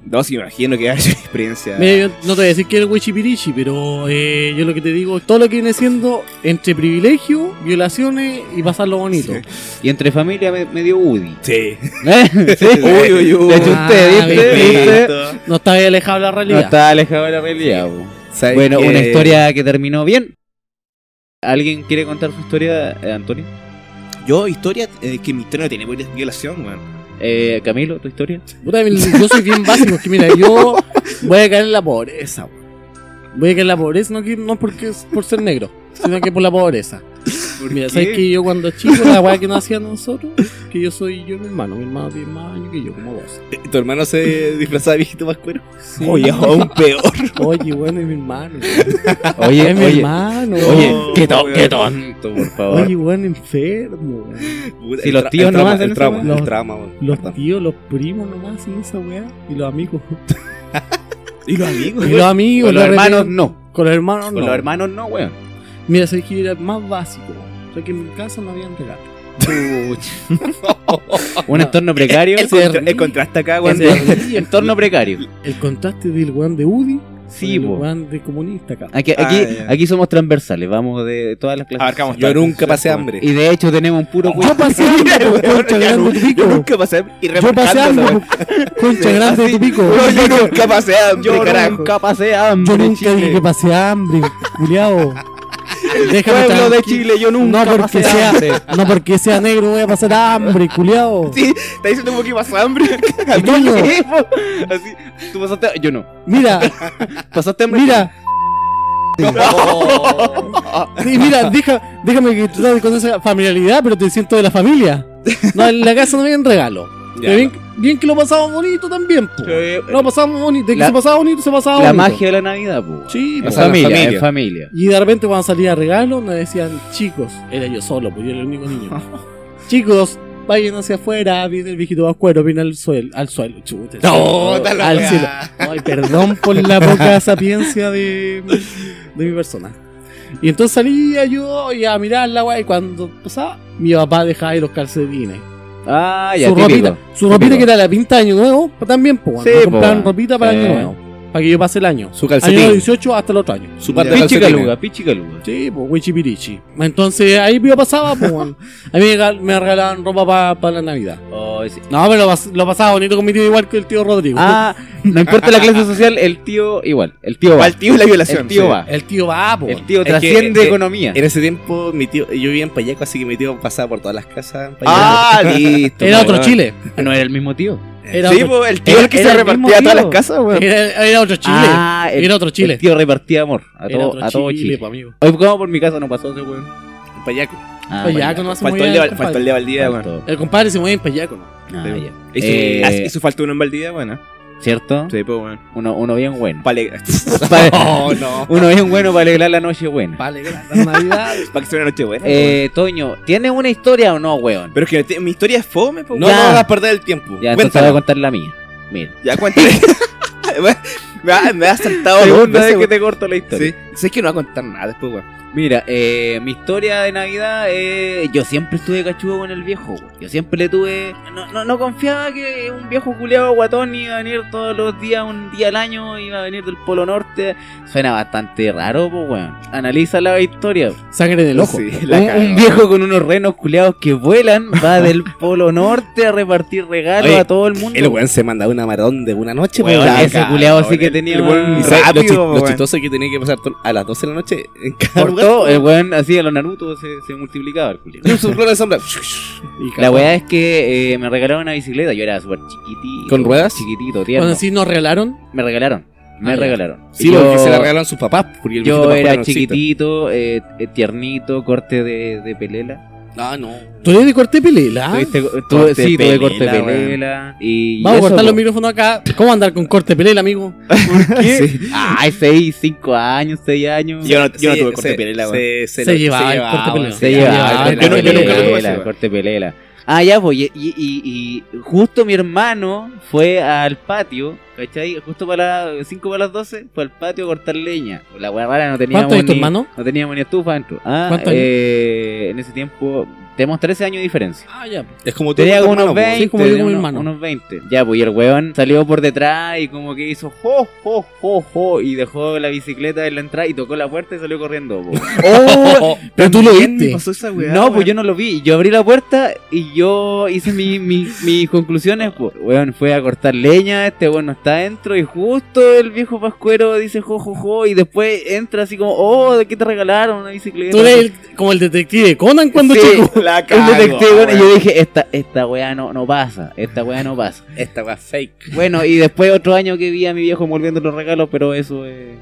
Speaker 3: No, si me imagino que va a ser una experiencia.
Speaker 4: Mira, yo no te voy a decir que es el wichipirichi, pero eh, yo lo que te digo, todo lo que viene siendo entre privilegio, violaciones y pasarlo bonito.
Speaker 2: Y entre familia me, me dio [laughs] Woody.
Speaker 1: Sí.
Speaker 2: ¿Eh? ¿Sí?
Speaker 3: Uy, uy, uy.
Speaker 2: De hecho, usted,
Speaker 4: Ah,
Speaker 2: ¿viste?
Speaker 4: viste.
Speaker 2: ¿Viste?
Speaker 4: No está alejado de la
Speaker 2: No
Speaker 4: realidad.
Speaker 2: está alejado de la realidad. po. Bueno, una historia que terminó bien. ¿Alguien quiere contar su historia, eh, Antonio?
Speaker 3: Yo, historia, eh, que mi historia no tiene viol- violación, weón.
Speaker 2: Eh, Camilo, tu [laughs] historia.
Speaker 4: Puta, yo soy bien básico, es que mira, yo voy a caer en la pobreza, weón. Voy a caer en la pobreza, no, que- no porque por ser negro, sino que por la pobreza. Mira, ¿sabes que yo cuando chico, la weá que no hacían nosotros, que yo soy yo y mi hermano, mi hermano tiene más años que yo, como vos.
Speaker 1: Tu hermano se [laughs] disfrazaba de viejito Pascuero.
Speaker 3: Oye, aún peor.
Speaker 4: Oye, bueno, es mi hermano.
Speaker 2: Oye,
Speaker 4: es mi
Speaker 2: oye,
Speaker 4: hermano.
Speaker 2: oye,
Speaker 1: No,
Speaker 2: qué, to-
Speaker 1: weón.
Speaker 2: qué tonto, por favor.
Speaker 4: Oye, bueno, enfermo. weón.
Speaker 1: Puta,
Speaker 2: Si
Speaker 1: el
Speaker 2: los
Speaker 1: tra-
Speaker 2: tíos
Speaker 1: el
Speaker 2: no
Speaker 1: trauma,
Speaker 2: hacen
Speaker 1: el
Speaker 2: esa
Speaker 1: trauma,
Speaker 4: weá.
Speaker 1: el trauma, weón.
Speaker 4: Los
Speaker 1: Perdón.
Speaker 4: tíos, los primos nomás hacen esa weá. Y los amigos.
Speaker 3: Y los amigos,
Speaker 4: Y los amigos,
Speaker 2: Con los
Speaker 4: repente-
Speaker 2: hermanos no.
Speaker 4: Con los hermanos
Speaker 2: Con
Speaker 4: no.
Speaker 2: los hermanos no, weón.
Speaker 4: Mira, sabes que yo era más básico. O sea que en mi casa no habían regalo.
Speaker 2: Un entorno precario.
Speaker 1: El, contra- el contraste acá, weón.
Speaker 4: Ese-
Speaker 2: entorno precario.
Speaker 4: El contraste del weón de Woody con
Speaker 2: Sí,
Speaker 4: el
Speaker 2: po.
Speaker 4: weón de comunista
Speaker 3: [laughs]
Speaker 4: acá.
Speaker 2: Aquí,
Speaker 1: Ah,
Speaker 2: aquí,
Speaker 1: ya.
Speaker 2: aquí somos transversales, vamos de todas las clases.
Speaker 3: Abarcamos
Speaker 1: Yo
Speaker 3: todo.
Speaker 1: nunca pasé hambre.
Speaker 2: Y de hecho tenemos un puro cuento.
Speaker 4: Yo pasé hambre por concha grande de tu
Speaker 3: Yo
Speaker 4: pico.
Speaker 3: nunca pasé hambre. Y
Speaker 4: Yo pasé
Speaker 3: replicando,
Speaker 4: hambre
Speaker 3: weón.
Speaker 4: por [laughs] concha grande de tu pico.
Speaker 3: Yo, yo nunca pasé hambre,
Speaker 2: Yo
Speaker 3: carajo.
Speaker 2: nunca pasé hambre,
Speaker 4: Yo nunca
Speaker 2: Chile.
Speaker 4: dije que pasé hambre, culiao. Déjame
Speaker 3: Pueblo de
Speaker 4: tranqui-
Speaker 3: Chile, yo nunca
Speaker 4: No porque
Speaker 3: pasé
Speaker 4: sea,
Speaker 3: hambre.
Speaker 4: no porque sea negro voy a pasar hambre, culiao.
Speaker 3: Sí, está diciendo como que pasó hambre.
Speaker 4: Y coño,
Speaker 2: Sí, po. Así, tú pasaste, yo no.
Speaker 3: [laughs]
Speaker 4: mira,
Speaker 2: Pasaste hambre.
Speaker 4: mira,
Speaker 3: [laughs]
Speaker 4: y mira, deja- déjame que tú con esa familiaridad, pero te siento de la familia. No, en la casa no vienen regalo.
Speaker 1: Ya,
Speaker 4: Pero bien, bien que lo pasamos bonito también, po.
Speaker 2: Eh,
Speaker 4: No, pasamos bonito, de que
Speaker 2: La-
Speaker 4: se pasaba bonito, se pasaba
Speaker 2: la
Speaker 4: bonito.
Speaker 2: magia de la Navidad, po.
Speaker 4: Sí,
Speaker 2: En
Speaker 1: o
Speaker 4: po.
Speaker 1: sea, la
Speaker 2: familia,
Speaker 1: familia.
Speaker 2: en familia.
Speaker 4: Y de repente cuando salía regalo me decían, chicos, era yo solo, pues yo era el único
Speaker 2: [laughs]
Speaker 4: niño. chicos, vayan hacia afuera, viene el viejito vascuero, viene al suelo, al suelo, chuta.
Speaker 1: No, está la
Speaker 4: al
Speaker 1: weá.
Speaker 4: cielo. Ay, perdón por
Speaker 1: [laughs]
Speaker 4: la poca sapiencia de, de mi persona. Y entonces salía yo y a mirar la weá y cuando pasaba, mi papá dejaba ahí los calcetines.
Speaker 2: Ah, ya,
Speaker 4: su
Speaker 2: típico.
Speaker 4: ropita, su ropita
Speaker 2: típico.
Speaker 4: que era la pinta de año nuevo, pues también, pues,
Speaker 2: Sí, eh.
Speaker 4: me
Speaker 2: po.
Speaker 4: compraban ropita para
Speaker 2: Sí.
Speaker 4: año nuevo, para que yo pase el año.
Speaker 1: Su
Speaker 4: Año
Speaker 1: calcetín.
Speaker 4: 18 hasta el otro año.
Speaker 1: Su par de
Speaker 2: Pichi
Speaker 1: calcetines.
Speaker 2: caluga, pichi caluga.
Speaker 4: Sí, pues Wichipirichi. Entonces ahí yo pasaba, pues
Speaker 2: [laughs]
Speaker 4: weón. A mí me regal- me regalaban ropa para la Navidad.
Speaker 2: Ay, sí.
Speaker 4: No, pero lo, pas- lo pasaba bonito con mi tío igual que el tío Rodrigo.
Speaker 2: Ah, no importa la clase social, el tío igual, el tío va.
Speaker 3: Al tío y la violación.
Speaker 2: El tío
Speaker 3: sí.
Speaker 2: va.
Speaker 4: El tío va, pues, po.
Speaker 2: El tío
Speaker 1: Es que,
Speaker 2: trasciende
Speaker 1: eh,
Speaker 2: economía.
Speaker 1: En ese tiempo, mi tío, yo vivía en Payaco, así que mi tío pasaba por todas las casas en Payaco.
Speaker 3: Ah, listo.
Speaker 4: Era otro
Speaker 3: weón.
Speaker 4: Chile.
Speaker 2: No era [laughs] el mismo tío.
Speaker 4: Era,
Speaker 3: Sí,
Speaker 4: otro,
Speaker 3: pues, el tío
Speaker 2: Era-
Speaker 3: el que
Speaker 2: era
Speaker 3: se
Speaker 2: el mismo
Speaker 3: repartía a todas
Speaker 2: tío.
Speaker 3: las casas, weón.
Speaker 4: era, era otro Chile.
Speaker 2: Ah, el,
Speaker 4: era otro Chile.
Speaker 2: el tío repartía amor a
Speaker 4: Era
Speaker 2: todo,
Speaker 4: otro
Speaker 2: a todo Chile.
Speaker 4: po, amigo.
Speaker 2: Hoy como por mi casa no pasó ese weón.
Speaker 1: En Payaco.
Speaker 2: Ah,
Speaker 4: Payaco
Speaker 2: bueno,
Speaker 4: no hace Pues muy
Speaker 3: Faltó el
Speaker 4: bien.
Speaker 3: de
Speaker 4: el
Speaker 3: Val- faltó el
Speaker 4: compadre.
Speaker 3: de Valdivia, weón. ah,
Speaker 2: faltó.
Speaker 4: El compadre se mueve en Payaco, ¿no?
Speaker 2: Ah,
Speaker 1: Sí.
Speaker 2: ya.
Speaker 3: Hizo,
Speaker 2: Eh,
Speaker 3: as- hizo falta uno en Valdivia, bueno.
Speaker 2: ¿Cierto?
Speaker 3: Sí, pues, weón. e-
Speaker 2: Uno, uno bien [laughs] bueno.
Speaker 3: [laughs] Vale.
Speaker 2: Pa-
Speaker 1: Oh, no.
Speaker 2: uno bien bueno para alegrar la noche buena.
Speaker 4: Vale, la
Speaker 2: [laughs]
Speaker 4: Navidad.
Speaker 3: Para que sea una noche buena. weón.
Speaker 2: Eh, Toño, ¿tienes una historia o no, weón?
Speaker 3: Pero es que te- mi historia es fome, pues.
Speaker 1: No, no
Speaker 2: Ya.
Speaker 1: hagas Ah, perder el tiempo. [laughs]
Speaker 2: ya, entonces voy a
Speaker 1: Cuéntalo.
Speaker 2: contar la mía. Mira.
Speaker 3: Ya
Speaker 2: [laughs]
Speaker 3: cuéntale. [laughs] me, ha, me ha saltado
Speaker 2: Segunda
Speaker 3: dos
Speaker 2: vez
Speaker 3: veces,
Speaker 2: que te corto la
Speaker 3: weón.
Speaker 2: historia.
Speaker 3: Sí. Sé que no va a contar nada después, weón.
Speaker 2: Mira, eh, mi historia de Navidad, eh, yo siempre estuve cachudo con el viejo. weón. Yo siempre le tuve. No, no, no confiaba que un viejo culeado guatón iba a venir todos los días, un día al año, iba a venir del Polo Norte. Suena bastante raro, pues, weón. Analiza la historia.
Speaker 4: Sangre en el ojo.
Speaker 3: Sí,
Speaker 2: Un,
Speaker 3: la
Speaker 2: un
Speaker 3: cagó.
Speaker 2: viejo con unos renos culeados que vuelan va del Polo Norte a repartir regalos
Speaker 1: Oye,
Speaker 2: a todo el mundo.
Speaker 1: El weón se mandaba una maratón de una noche, pues,
Speaker 2: Weón,
Speaker 1: weón.
Speaker 2: ese culeado sí que
Speaker 3: el-
Speaker 2: tenía.
Speaker 3: el buen
Speaker 1: Y
Speaker 2: [laughs] más-
Speaker 1: sabe lo,
Speaker 3: Rápido,
Speaker 1: chis- lo
Speaker 3: weón.
Speaker 1: chistoso que tenía que pasar to- a las 12 de la noche en [laughs] cada
Speaker 2: Por
Speaker 1: lugar.
Speaker 2: todo, el weón hacía los Naruto, se, se multiplicaba el culeado.
Speaker 1: Y un ciclón de sombra.
Speaker 2: La weá es que eh, me regalaron una bicicleta, yo era súper chiquitito.
Speaker 1: ¿Con ruedas?
Speaker 2: Chiquitito, tierno.
Speaker 4: Cuando sí nos regalaron,
Speaker 2: Me regalaron, me
Speaker 4: Ah, ya.
Speaker 2: regalaron.
Speaker 1: Sí,
Speaker 2: Y
Speaker 1: porque se la regalaron sus papás. Porque el viejito
Speaker 2: Yo
Speaker 1: papá
Speaker 2: era
Speaker 1: no existe.
Speaker 2: chiquitito, eh, eh, tiernito, corte de, de pelela.
Speaker 1: No, Ah, no.
Speaker 4: tú eres de corte pelela.
Speaker 2: Tuviste co- tuve-
Speaker 1: corte
Speaker 2: sí, tuve
Speaker 1: pelela,
Speaker 2: corte de
Speaker 1: weón.
Speaker 2: pelela. Y
Speaker 4: Vamos a
Speaker 2: eso,
Speaker 4: cortar los
Speaker 2: po.
Speaker 4: micrófonos acá. ¿Cómo andar con corte pelela, amigo?
Speaker 1: Sí.
Speaker 2: Ay, 6, 5 años, 6 años.
Speaker 3: Yo no, yo no
Speaker 1: Sí,
Speaker 3: tuve corte
Speaker 1: se-
Speaker 3: de pelela, weón.
Speaker 1: Se, se,
Speaker 4: Se
Speaker 1: lo-
Speaker 4: llevaba el corte
Speaker 1: weón,
Speaker 4: pelela.
Speaker 2: Se
Speaker 4: Sí,
Speaker 2: llevaba
Speaker 4: ya,
Speaker 2: corte
Speaker 1: Yo no- yo nunca
Speaker 2: pelela,
Speaker 1: lo
Speaker 3: conocí, weón.
Speaker 2: corte pelela. Ah, ya, pues, y, y, y- y justo mi hermano fue al patio, ¿cachai? Justo para las 5 para las 12, fue al patio a cortar leña. La weá rara no teníamos
Speaker 4: ¿Cuánto es tu
Speaker 2: ni-
Speaker 4: hermano?
Speaker 2: No teníamos ni estufa dentro. Ah,
Speaker 4: ¿Cuántos años?
Speaker 2: eh, en ese tiempo tenemos 13 años de diferencia.
Speaker 4: Ah, ya.
Speaker 1: Es como tú
Speaker 2: Tenía
Speaker 1: con tu
Speaker 2: como
Speaker 1: hermano,
Speaker 2: unos
Speaker 1: po.
Speaker 2: 20,
Speaker 4: Sí, como yo con mi
Speaker 2: unos-
Speaker 4: hermano.
Speaker 2: unos 20. Ya, pues y el weón salió por detrás y como que hizo jo, jo, jo, jo y dejó la bicicleta en la entrada y tocó la puerta y salió corriendo. po. Ah,
Speaker 3: [laughs]
Speaker 4: Pero tú lo viste.
Speaker 3: pasó esa weá,
Speaker 2: no, pues
Speaker 3: weón?
Speaker 2: yo no lo vi. Yo abrí la puerta y yo hice mi- mi- [laughs] mis conclusiones. Pues. Weón, fue a cortar leña, este weón no está adentro y justo el viejo pascuero dice jo, jo, jo y después entra así como, oh, ¿de qué te regalaron una bicicleta?
Speaker 4: Tú eres el- como el detective Conan cuando
Speaker 2: Sí.
Speaker 4: chico.
Speaker 3: La
Speaker 2: El
Speaker 3: cago,
Speaker 2: detective, bueno,
Speaker 3: weón.
Speaker 2: yo dije, esta, esta weá no, no pasa, esta weá no pasa.
Speaker 1: Esta weá es fake.
Speaker 2: Bueno, y después otro año que vi a mi viejo volviendo los regalos, pero eso [laughs] eh,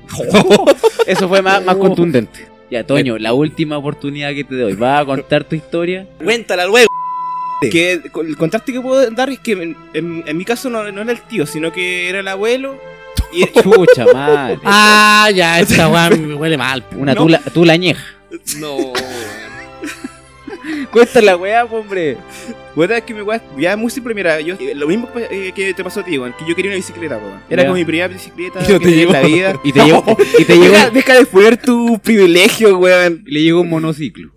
Speaker 2: eso fue más, más contundente. Oh. Ya, Toño, la última oportunidad que te doy. ¿Vas a contar tu historia?
Speaker 1: Cuéntala luego.
Speaker 3: Que con- el contraste que puedo dar es que en, en- en mi caso no, no era el tío, sino que era el abuelo. Y,
Speaker 2: [laughs] Chucha, madre.
Speaker 4: Ah, ya, esta weá me huele mal. po.
Speaker 2: Una
Speaker 3: no.
Speaker 2: tula, tula añeja.
Speaker 3: [laughs]
Speaker 1: No.
Speaker 2: Cuesta la weá, po, hombre.
Speaker 3: Bueno, es que mi weá ya es muy simple, mira, yo, eh, lo mismo eh, que te pasó a ti, weón, que yo quería una bicicleta, weón. Era
Speaker 2: Ya.
Speaker 3: como mi
Speaker 2: [laughs]
Speaker 3: primera bicicleta
Speaker 1: Y no te
Speaker 3: que tenía en
Speaker 1: llegó.
Speaker 3: la vida.
Speaker 2: Y te llegó, y te llegó,
Speaker 3: Deja, deja de exponer tu privilegio, weón.
Speaker 2: [laughs] le llegó un monociclo.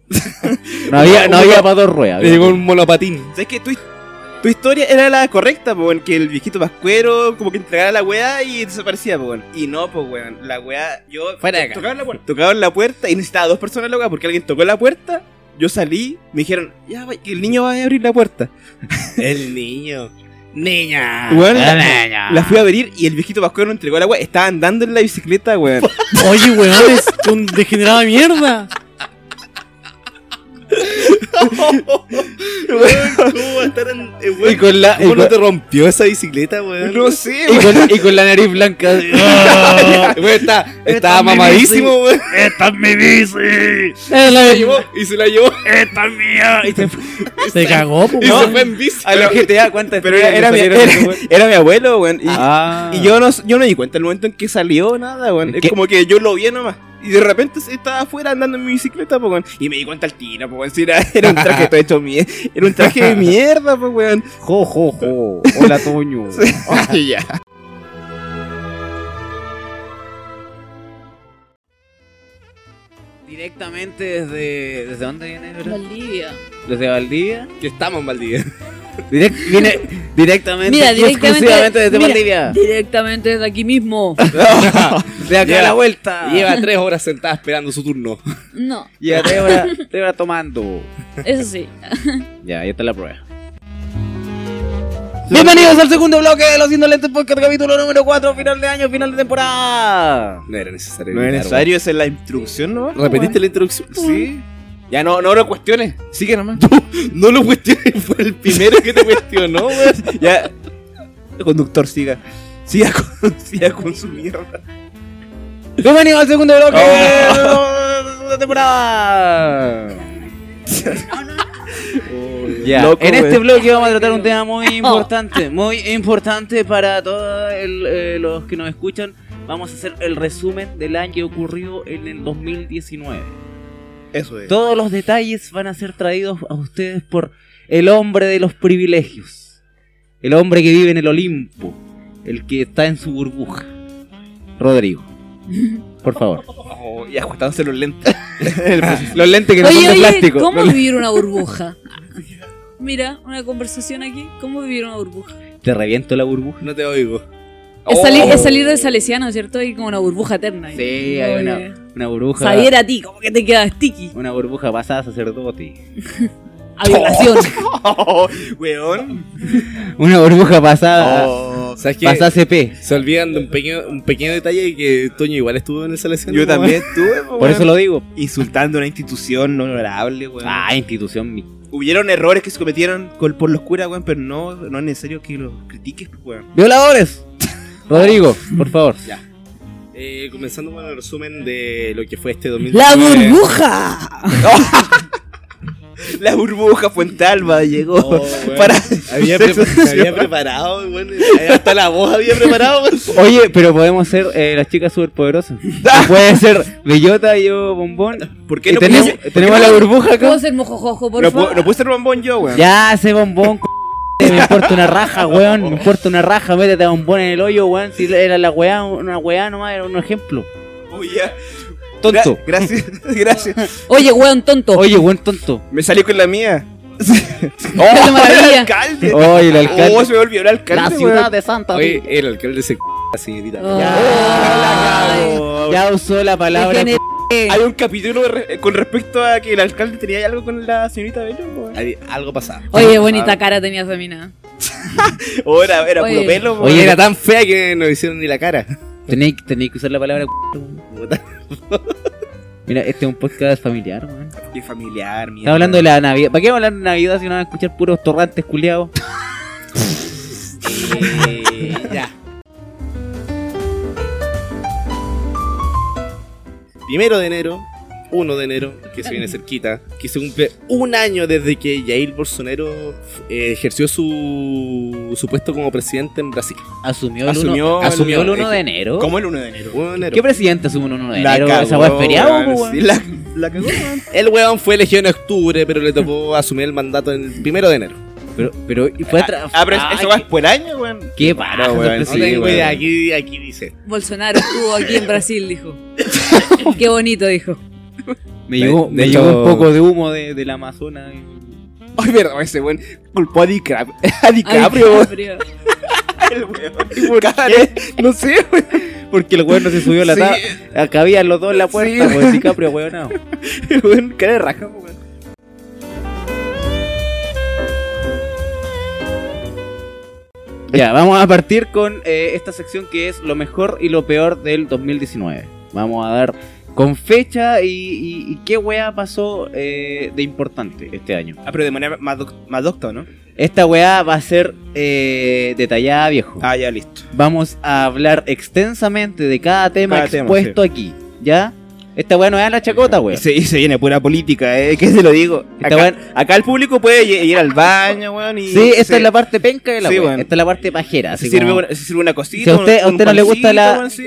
Speaker 2: No había, no había para dos ruedas.
Speaker 1: Le llegó un monopatín.
Speaker 3: ¿Sabes que tú, tu historia era la correcta, po, weón, que el viejito pascuero como que entregara la weá y desaparecía, po, weón. Y no, pues weón, la weá, yo
Speaker 2: Fuera de acá.
Speaker 3: tocaba la puerta, tocaba la puerta y necesitaba dos personas la weá porque alguien tocó la puerta. Yo salí, me dijeron, ya, va- que el niño va a abrir la puerta.
Speaker 1: El niño. Niña.
Speaker 3: Weón,
Speaker 2: La
Speaker 3: la,
Speaker 1: Ah.
Speaker 2: niña.
Speaker 3: la fui a abrir y el viejito pascuero no entregó la weá. Estaba andando en la bicicleta, weón.
Speaker 4: Oye, weón, es un degenerado de mierda.
Speaker 1: Weón, ¿Cómo va a estar en, eh, weón,
Speaker 2: Y con la-
Speaker 1: ¿Cómo
Speaker 2: y
Speaker 1: no
Speaker 2: con-
Speaker 1: te rompió esa bicicleta, weón?
Speaker 3: [laughs] no sé,
Speaker 2: Y
Speaker 3: weón.
Speaker 2: con, y con la nariz
Speaker 1: [laughs]
Speaker 2: blanca. así.
Speaker 3: Weón, está- estaba mamadísimo, weón.
Speaker 4: Eh, la-
Speaker 3: y se la llevó.
Speaker 4: Se cagó, po,
Speaker 3: Y
Speaker 4: weón.
Speaker 3: se fue en bici.
Speaker 2: A los GTA, ¿cuántas
Speaker 3: Pero era, era
Speaker 2: estrellas
Speaker 3: mi,
Speaker 2: le
Speaker 3: era,
Speaker 2: salieron a ese
Speaker 3: era mi abuelo, weón. Y,
Speaker 2: güey? Ah.
Speaker 3: y yo, no, yo no me di cuenta el momento en que salió nada, weón.
Speaker 2: ¿Qué?
Speaker 3: Es como que yo lo vi nomás. Y de repente se- estaba afuera andando en mi bicicleta, po, weón. Y me di cuenta al tiro, po, weón. Si era, [laughs] era un traje todo hecho mie- Era un traje de mierda, po, weón.
Speaker 2: Jo, jo, jo. oh, Hola, Toño. [laughs]
Speaker 3: Y ya.
Speaker 2: Directamente desde. ¿Desde dónde viene? bro?
Speaker 5: Bolivia.
Speaker 2: ¿Desde Valdivia?
Speaker 1: Que estamos en Valdivia.
Speaker 2: Direct, viene directamente.
Speaker 5: Mira,
Speaker 2: y
Speaker 5: directamente-
Speaker 2: Exclusivamente desde
Speaker 5: mira.
Speaker 2: Valdivia.
Speaker 5: Directamente desde aquí mismo.
Speaker 2: De acá a
Speaker 1: Lleva-
Speaker 2: la vuelta.
Speaker 1: Lleva tres horas sentada esperando su turno.
Speaker 5: No,
Speaker 2: Ya, te hora, te hora tomando.
Speaker 5: eso sí.
Speaker 2: Ya, ahí está la prueba. Bienvenidos al segundo bloque de Los Indolentes Podcast, capítulo número 4, final de año, final de temporada.
Speaker 1: No era necesario.
Speaker 3: No es
Speaker 1: gritar,
Speaker 3: necesario, esa es la introducción nomás. pues,
Speaker 1: weón. ¿Repetiste la introducción?
Speaker 3: Sí. Ya no, no lo cuestiones. Sigue nomás.
Speaker 1: [laughs] No lo cuestiones, fue el primero que te cuestionó, weón.
Speaker 3: [laughs] ya. El conductor, siga. Siga con, [laughs] siga con su mierda.
Speaker 2: Bienvenidos al segundo bloque
Speaker 3: Oh.
Speaker 2: de la- de la temporada. Ya,
Speaker 3: Loco,
Speaker 2: en este
Speaker 3: weón.
Speaker 2: bloque vamos a tratar un tema [laughs] muy importante, muy importante para todos el, eh, los que nos escuchan. Vamos a hacer el resumen del año que ocurrió en el 2019.
Speaker 1: Eso es.
Speaker 2: Todos los detalles van a ser traídos a ustedes por el hombre de los privilegios. El hombre que vive en el Olimpo. El que está en su burbuja. Rodrigo. Por favor.
Speaker 3: Oh, y ajustándose
Speaker 1: [laughs]
Speaker 3: los lentes. los lentes que no son
Speaker 5: Oye,
Speaker 3: de
Speaker 5: oye,
Speaker 3: plástico.
Speaker 5: ¿cómo
Speaker 3: Los lentes-
Speaker 5: vivir una burbuja? [laughs] Mira, una conversación aquí. ¿Cómo vivir una burbuja?
Speaker 2: Te reviento la burbuja.
Speaker 1: No te oigo.
Speaker 5: Es,
Speaker 3: Oh.
Speaker 5: salir, es
Speaker 3: [laughs]
Speaker 5: salir del Salesiano, ¿cierto? Hay como una burbuja eterna.
Speaker 2: Sí, hay
Speaker 5: Oye,
Speaker 2: una, una burbuja.
Speaker 5: Saber a ti, como que te queda sticky.
Speaker 2: Una burbuja pasada a sacerdote.
Speaker 5: A violación.
Speaker 3: Oh, weón.
Speaker 2: Una burbuja pasada.
Speaker 1: Oh. ¿Sabes qué?
Speaker 2: Pasada CP.
Speaker 1: Se olvidan de un pequeño, un pequeño detalle que Toño igual estuvo en el selección.
Speaker 3: Yo también estuve,
Speaker 2: Por eso lo digo.
Speaker 3: Insultando a una institución no honorable, weón.
Speaker 2: Ah, institución mi.
Speaker 3: Hubieron errores que se cometieron col- por los curas, weón, pero no, no es necesario que los critiques, pues, weón. [laughs]
Speaker 2: [laughs] ¡Violadores! Rodrigo, por favor.
Speaker 1: Eh, comenzando con el resumen de lo que fue este 2019.
Speaker 5: ¡La burbuja!
Speaker 3: La burbuja Fuentalba llegó.
Speaker 1: Oh, weón.
Speaker 3: [laughs] Para-
Speaker 1: Había,
Speaker 2: [laughs]
Speaker 1: pre- me había preparado, weón. Hasta la voz había preparado. weón.
Speaker 2: Oye, pero podemos ser eh, las chicas superpoderosas. [laughs] Puede ser Bellota, yo Bombón.
Speaker 3: ¿Por qué
Speaker 2: Y
Speaker 3: no
Speaker 2: tenemos
Speaker 3: puse,
Speaker 2: tenemos la burbuja acá.
Speaker 5: ¿Puedo ser mojojojo, por
Speaker 3: no, pu-
Speaker 5: favor?
Speaker 3: no puse ser bombón yo, weón?
Speaker 2: Ya, ese bombón, [laughs] c- me importa una raja, weón. Me importa una raja, métete a bombón en el hoyo, weón. Si era la weá, una weá nomás, era un ejemplo.
Speaker 3: Oh, ya.
Speaker 2: Tonto.
Speaker 3: Gra- gracias, [laughs] gracias.
Speaker 5: Oye, weón tonto.
Speaker 2: Oye, weón tonto.
Speaker 3: Me salió con la
Speaker 5: [laughs]
Speaker 3: mía.
Speaker 5: Qué
Speaker 3: el [laughs]
Speaker 5: maravilla.
Speaker 3: alcalde.
Speaker 2: Oye, el
Speaker 3: Oh, se
Speaker 2: alcalde.
Speaker 3: me olvidó el alcalde,
Speaker 2: La
Speaker 3: weón.
Speaker 2: ciudad de Santa
Speaker 1: Oye, el alcalde se c la señorita.
Speaker 5: Ay,
Speaker 2: Fe- Ya usó la palabra.
Speaker 5: degeneré.
Speaker 3: Oh, Hay un capítulo de re- con respecto a que el alcalde tenía algo con la señorita Bello. weón.
Speaker 1: Ahí, Algo pasaba.
Speaker 5: Oye, bonita cara tenía esa mina.
Speaker 3: Ahora, era
Speaker 5: Oye.
Speaker 3: puro pelo. weón.
Speaker 1: Oye, era tan fea que no hicieron ni la cara.
Speaker 2: Tenéis tenéis que usar la palabra. c- [laughs] Mira, este es un podcast familiar, weón.
Speaker 3: Qué familiar, mierda.
Speaker 2: Estamos hablando de la Navidad. ¿Para qué vamos a hablar de Navidad si no van a escuchar puros torrantes culiados?
Speaker 1: ya. Primero de enero, 1 de enero, que se viene cerquita, que se cumple un año desde que Jair Bolsonaro eh, ejerció su, su puesto como presidente en Brasil.
Speaker 2: Asumió el
Speaker 3: Asumió
Speaker 2: 1,
Speaker 3: el-
Speaker 2: asumió el
Speaker 1: eh,
Speaker 2: 1 de enero.
Speaker 3: ¿Cómo el 1 de enero?
Speaker 1: 1 de enero.
Speaker 2: ¿Qué presidente asume el 1 de
Speaker 3: La
Speaker 2: enero? ¿Esa
Speaker 3: cagó,
Speaker 2: weá es feriado,
Speaker 3: weón.
Speaker 2: po, weón?
Speaker 3: Sí, la, la cagó, weón.
Speaker 1: El weón fue elegido en octubre, pero le [laughs] tocó asumir el mandato el primero de enero.
Speaker 2: Pero, pero, y fue tra-
Speaker 3: Ah, pero
Speaker 2: Ay,
Speaker 3: eso va por año, weón.
Speaker 2: Qué paja,
Speaker 3: No,
Speaker 2: ser
Speaker 1: No
Speaker 3: weón, Sí,
Speaker 1: tengo
Speaker 2: presidente.
Speaker 3: weón.
Speaker 1: idea, aquí, aquí dice.
Speaker 5: Bolsonaro estuvo aquí en
Speaker 3: [laughs]
Speaker 5: Brasil, dijo. Qué bonito, dijo.
Speaker 2: Me llegó,
Speaker 1: De
Speaker 2: me
Speaker 1: hecho-
Speaker 2: llegó un poco de humo de, del Amazonas.
Speaker 3: Ay, verdad, ese weón culpó a, DiCap a
Speaker 5: Ay,
Speaker 3: DiCaprio, weón.
Speaker 5: DiCaprio.
Speaker 3: El weón. Cara, No sé, weón.
Speaker 2: Porque el weón no se subió a la
Speaker 3: [laughs] Sí.
Speaker 2: tabla. Cabían los dos en la puerta,
Speaker 3: Sí.
Speaker 2: pues DiCaprio, weón. No.
Speaker 3: El weón, cara de raja, weón.
Speaker 2: Ya, vamos a partir con eh, esta sección que es lo mejor y lo peor del 2019. Vamos a dar con fecha y, y- y qué weá pasó eh, de importante este año.
Speaker 3: Ah, pero de manera más, doc- más docta, ¿no?
Speaker 2: Esta weá va a ser eh, detallada, viejo.
Speaker 3: Ah, ya, listo.
Speaker 2: Vamos a hablar extensamente de cada tema
Speaker 3: Cada tema,
Speaker 2: expuesto aquí, ¿ya? Esta weá no es la chacota,
Speaker 3: Y
Speaker 2: weón.
Speaker 3: se, y se viene pura política, ¿eh? ¿Qué se lo digo?
Speaker 2: Esta
Speaker 3: Acá,
Speaker 2: weá-
Speaker 3: acá el público puede ye- ir al baño, weón. Y,
Speaker 2: Sí, esta
Speaker 3: se-
Speaker 2: es la parte penca de la
Speaker 3: Sí,
Speaker 2: weá.
Speaker 3: weón.
Speaker 2: Esta es la parte pajera.
Speaker 3: se
Speaker 2: así
Speaker 3: sirve,
Speaker 2: como-
Speaker 3: una, se sirve una cosita.
Speaker 2: Si a usted- a
Speaker 3: un- un
Speaker 2: usted no le gusta
Speaker 3: pancito,
Speaker 2: la-
Speaker 3: weón, sí.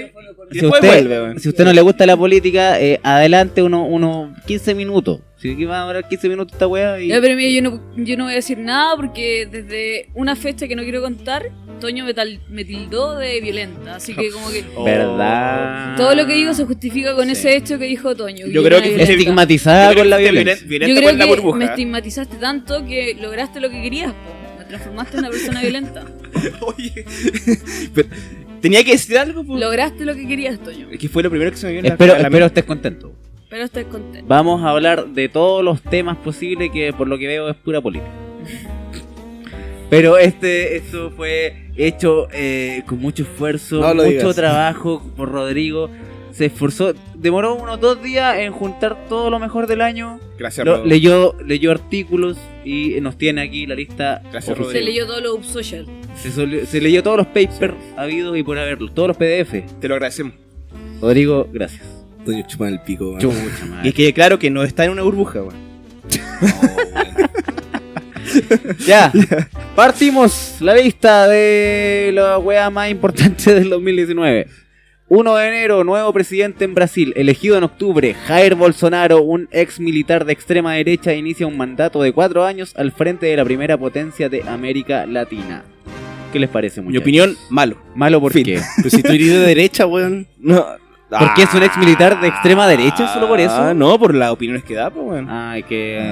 Speaker 3: Y
Speaker 2: Si
Speaker 3: después
Speaker 2: usted,
Speaker 3: vuelve, weón.
Speaker 2: si usted no le gusta la política, eh, adelante uno- unos 15 minutos. Si aquí va a durar 15 minutos esta weá y...
Speaker 5: Ya, pero mira, yo no, yo no voy a decir nada porque desde una fecha que no quiero contar, Toño me, tal- me tildó de violenta. Así que como que
Speaker 2: ¿Verdad?
Speaker 5: todo lo que digo se justifica con
Speaker 2: Sí.
Speaker 5: ese hecho que dijo Toño.
Speaker 3: Yo
Speaker 5: yo
Speaker 3: creo
Speaker 5: era
Speaker 3: que-
Speaker 5: violenta.
Speaker 2: Estigmatizada con la violencia.
Speaker 5: Yo creo que me estigmatizaste tanto que lograste lo que querías, po. Me transformaste en una persona violenta.
Speaker 3: [laughs] Oye, pero tenía que decir algo, po.
Speaker 5: Lograste lo que querías, Toño.
Speaker 3: Es que fue lo primero que se me vino a la-
Speaker 2: Espero,
Speaker 3: a la
Speaker 2: espero estés contento.
Speaker 5: Pero estás contento.
Speaker 2: Vamos a hablar de todos los temas posibles que por lo que veo es pura
Speaker 3: [laughs]
Speaker 2: política. Pero este, esto fue hecho eh, con mucho esfuerzo,
Speaker 1: No lo
Speaker 2: mucho
Speaker 1: digas.
Speaker 2: trabajo por Rodrigo. Se esforzó, demoró unos dos días en juntar todo lo mejor del año.
Speaker 3: mente. Gracias,
Speaker 2: Lo-
Speaker 3: Rodo.
Speaker 2: leyó, leyó artículos y nos tiene aquí la lista.
Speaker 3: Gracias,
Speaker 2: oficial.
Speaker 5: Se leyó todo lo social.
Speaker 2: Se, soli- se leyó todos los papers habidos y por haberlos, todos los PDF.
Speaker 3: Te lo agradecemos.
Speaker 2: Rodrigo, gracias.
Speaker 1: Toño chupa el pico, weón.
Speaker 2: Chucha
Speaker 3: Y
Speaker 2: madre. [laughs]
Speaker 3: es que claro que no está en una burbuja, weón.
Speaker 2: Ya, partimos la lista de la weá más importante del 2019. 1 de enero, nuevo presidente en Brasil, elegido en octubre, Jair Bolsonaro, un ex militar de extrema derecha, inicia un mandato de cuatro años al frente de la primera potencia de América Latina. ¿Qué les parece,
Speaker 3: Mi
Speaker 2: muchachos?
Speaker 3: opinión, malo.
Speaker 2: Malo por
Speaker 3: Fin.
Speaker 2: qué.
Speaker 1: Pero si tú eres de derecha, weón.
Speaker 3: No.
Speaker 2: ¿Por qué es un ex militar de extrema derecha solo por eso?
Speaker 3: Ah, no, por las opiniones que da, pues, weón.
Speaker 2: Ay, que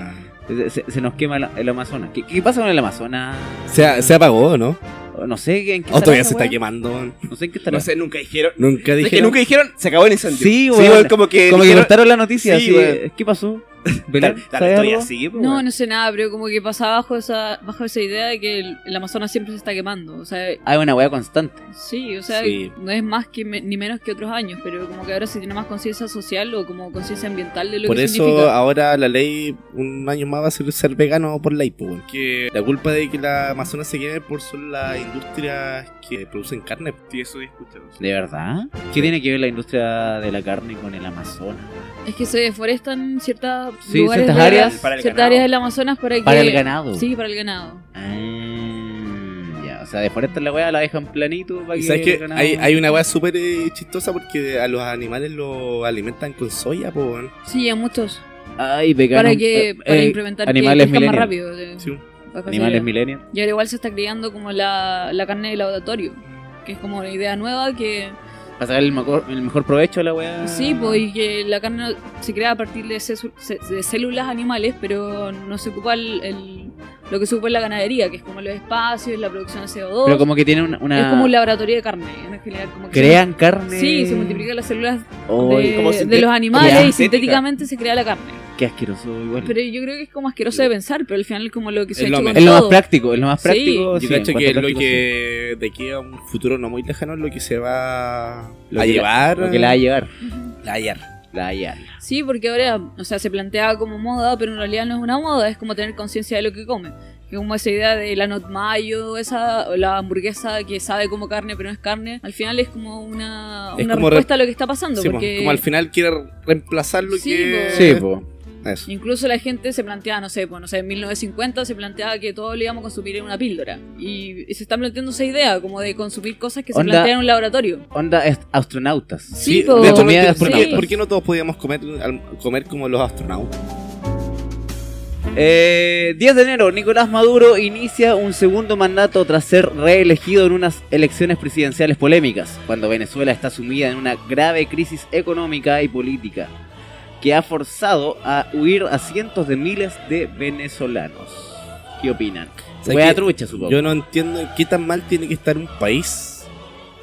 Speaker 2: se, se nos quema la- el Amazonas. ¿Qué, qué pasa con el Amazonas?
Speaker 1: [laughs]
Speaker 2: Oh,
Speaker 1: Se, se apagó, ¿no?
Speaker 2: No sé en qué
Speaker 3: Oh,
Speaker 1: O Oh, todavía se
Speaker 2: estará esa
Speaker 1: está
Speaker 2: weá.
Speaker 1: quemando, weón.
Speaker 2: No sé en qué estará.
Speaker 3: no sé, nunca dijeron.
Speaker 1: Nunca
Speaker 3: Es que
Speaker 1: dije.
Speaker 3: nunca dijeron, se acabó el incendio.
Speaker 2: Sí,
Speaker 3: güey.
Speaker 2: weón.
Speaker 3: como que.
Speaker 2: Como que
Speaker 3: dijeron,
Speaker 2: cortaron la noticia.
Speaker 3: Sí,
Speaker 2: así, eh,
Speaker 3: güey.
Speaker 2: ¿Qué pasó?
Speaker 3: "Dale,
Speaker 2: Belén,
Speaker 3: dale,
Speaker 2: ¿sabes
Speaker 3: estoy
Speaker 2: algo?
Speaker 3: así, pues,
Speaker 5: No,
Speaker 3: weón".
Speaker 5: no sé nada, pero como que pasa bajo esa, bajo esa idea de que el, el Amazonas siempre se está quemando. O sea,
Speaker 2: Hay una weá constante.
Speaker 5: sí, o sea,
Speaker 1: Sí.
Speaker 5: no es más que me- ni menos que otros años, pero como que ahora se tiene más conciencia social o como conciencia ambiental de lo
Speaker 1: Por
Speaker 5: que
Speaker 1: eso
Speaker 5: significa.
Speaker 1: ahora la ley un año más va a ser ser vegano por ley, po, weón. Que la culpa de que la Amazonas se quede por son las industrias que producen carne.
Speaker 3: Sí, eso discutimos.
Speaker 2: ¿De verdad? ¿Qué tiene que ver la industria de la carne con el Amazonas?
Speaker 5: Es que se deforestan ciertas
Speaker 2: Sí,
Speaker 5: lugares
Speaker 2: ciertas
Speaker 5: de-
Speaker 2: áreas.
Speaker 3: Para el
Speaker 5: ciertas
Speaker 3: ganado.
Speaker 5: áreas del Amazonas para que
Speaker 2: Para el ganado.
Speaker 5: Sí, para el ganado.
Speaker 2: Ah, ya, o sea, deforestan la weá, la dejan planito para
Speaker 1: Y
Speaker 2: que.
Speaker 1: sabes que
Speaker 2: el ganado-
Speaker 1: hay, hay una weá súper eh, chistosa porque a los animales los alimentan con soya, po, weón.
Speaker 5: Sí, a muchos.
Speaker 2: Ay, vegano.
Speaker 5: Para que
Speaker 2: eh,
Speaker 5: para
Speaker 2: eh,
Speaker 5: implementar
Speaker 2: animales
Speaker 5: que crezcan más
Speaker 2: millennials.
Speaker 5: rápido. de-
Speaker 1: Sí.
Speaker 5: bajo esa
Speaker 2: Animales
Speaker 5: idea.
Speaker 2: milenios.
Speaker 5: Y ahora igual se está criando como la, la carne de laboratorio, que es como una idea nueva que...
Speaker 2: Para sacar el mejor, el mejor provecho a la weá.
Speaker 5: Sí, pues, y que la carne se crea a partir de, cesu- ce- de células animales, pero no se ocupa el, el- lo que se ocupa en la ganadería, que es como los espacios, la producción de CO2.
Speaker 2: Pero como que tienen una. una-
Speaker 5: Es como un laboratorio de carne, en general. Como que
Speaker 2: Crean
Speaker 5: se-
Speaker 2: carne.
Speaker 5: Sí, se multiplican las células
Speaker 2: Ay,
Speaker 5: de,
Speaker 3: como
Speaker 5: de
Speaker 3: sinte-
Speaker 5: los animales
Speaker 2: como
Speaker 5: y
Speaker 3: sintética.
Speaker 5: sintéticamente se crea la carne.
Speaker 2: Qué asqueroso, igual.
Speaker 5: Pero yo creo que es como asqueroso de pensar, pero al final es como lo que se
Speaker 1: Es
Speaker 5: ha
Speaker 1: lo
Speaker 5: hecho con
Speaker 1: mejor.
Speaker 2: es lo más
Speaker 5: todo.
Speaker 2: práctico, es lo más
Speaker 5: Sí.
Speaker 2: práctico.
Speaker 1: Yo
Speaker 2: Pues sí, en
Speaker 1: cacho
Speaker 2: cuanto
Speaker 1: que
Speaker 2: a
Speaker 1: lo
Speaker 2: práctico,
Speaker 1: que de aquí a un futuro no muy lejano es lo que se va
Speaker 2: Lo
Speaker 1: a
Speaker 2: que la-
Speaker 1: llevar. eh,
Speaker 2: sí. Lo que la va a llevar.
Speaker 5: Ujú.
Speaker 1: la hallar.
Speaker 2: La va a llevar.
Speaker 5: Sí, porque ahora, o sea, se plantea como moda, pero en realidad no es una moda, es como tener conciencia de lo que come. Que como esa idea de la not mayo, esa, o la hamburguesa que sabe como carne pero no es carne, al final es como una,
Speaker 1: Es
Speaker 5: una
Speaker 1: como
Speaker 5: respuesta a lo que está pasando.
Speaker 1: Sí, po,
Speaker 5: porque
Speaker 1: Como al final quiere reemplazar lo
Speaker 5: Sí,
Speaker 1: que.
Speaker 5: po.
Speaker 2: Sí, po.
Speaker 1: Eso.
Speaker 5: incluso la gente se plantea, no sé, pues, no sé, en 1950 se planteaba que todo lo íbamos a consumir en una píldora. Y, y se está planteando esa idea, como de consumir cosas que
Speaker 2: Onda-
Speaker 5: se plantean en un laboratorio.
Speaker 2: Onda est- astronautas.
Speaker 5: Sí, po.
Speaker 1: de hecho,
Speaker 2: Comida de
Speaker 1: ¿por, qué,
Speaker 5: astronautas.
Speaker 1: por qué no todos podíamos comer, al- comer como los astronautas?
Speaker 2: Eh, 10 de enero, Nicolás Maduro inicia un segundo mandato tras ser reelegido en unas elecciones presidenciales polémicas, cuando Venezuela está sumida en una grave crisis económica y política que ha forzado a huir a cientos de miles de venezolanos. ¿Qué opinan?
Speaker 1: sea,
Speaker 2: Wea
Speaker 1: que
Speaker 2: trucha, supongo.
Speaker 1: Yo no entiendo en qué tan mal tiene que estar un país.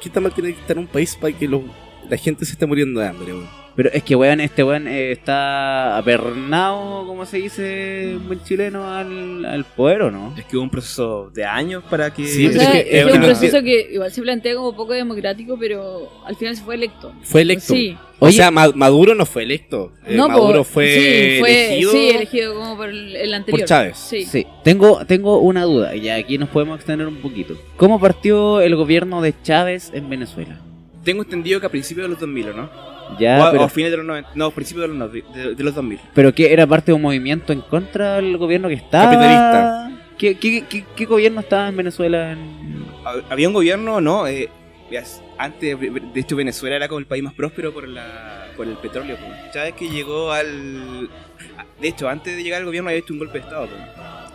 Speaker 1: ¿Qué tan mal tiene que estar un país para que los- la gente se esté muriendo de hambre, weón?
Speaker 2: Pero es que, weón, este weón eh, está apernado, como se dice en buen chileno, al, al poder, ¿o no?
Speaker 3: Es que hubo un proceso de años para que.
Speaker 1: Sí,
Speaker 5: O
Speaker 1: pero
Speaker 5: sea,
Speaker 1: es
Speaker 5: es,
Speaker 1: que es
Speaker 5: un
Speaker 1: una-
Speaker 5: proceso que igual se plantea como poco democrático, pero al final se fue electo.
Speaker 1: Fue electo.
Speaker 5: Sí,
Speaker 1: o sea, Ma- Maduro no fue electo. Eh,
Speaker 5: no,
Speaker 1: Maduro
Speaker 5: po-
Speaker 1: fue,
Speaker 5: sí, fue-
Speaker 1: elegido.
Speaker 5: sí, elegido como por el, el anterior.
Speaker 1: Chávez.
Speaker 5: Sí.
Speaker 2: Sí. Tengo, tengo una duda, y aquí nos podemos extender un poquito. ¿Cómo partió el gobierno de Chávez en Venezuela?
Speaker 3: Tengo entendido que a principios de los 2000, ¿o ¿no?
Speaker 2: Ya,
Speaker 3: o, a- o
Speaker 2: Ah, pero,
Speaker 3: a fines de los 90. No, principios de los, no- de, de los 2000.
Speaker 2: pero que era parte de un movimiento en contra del gobierno que estaba.
Speaker 1: Capitalista.
Speaker 2: ¿Qué, qué, qué- qué gobierno estaba en Venezuela? en-
Speaker 3: Ha- Había un gobierno, ¿no? Eh, veas, antes, de de hecho, Venezuela era como el país más próspero por, la, por el petróleo. pues. Chávez que llegó al. a- De hecho, antes de llegar al gobierno había hecho un golpe de Estado pues,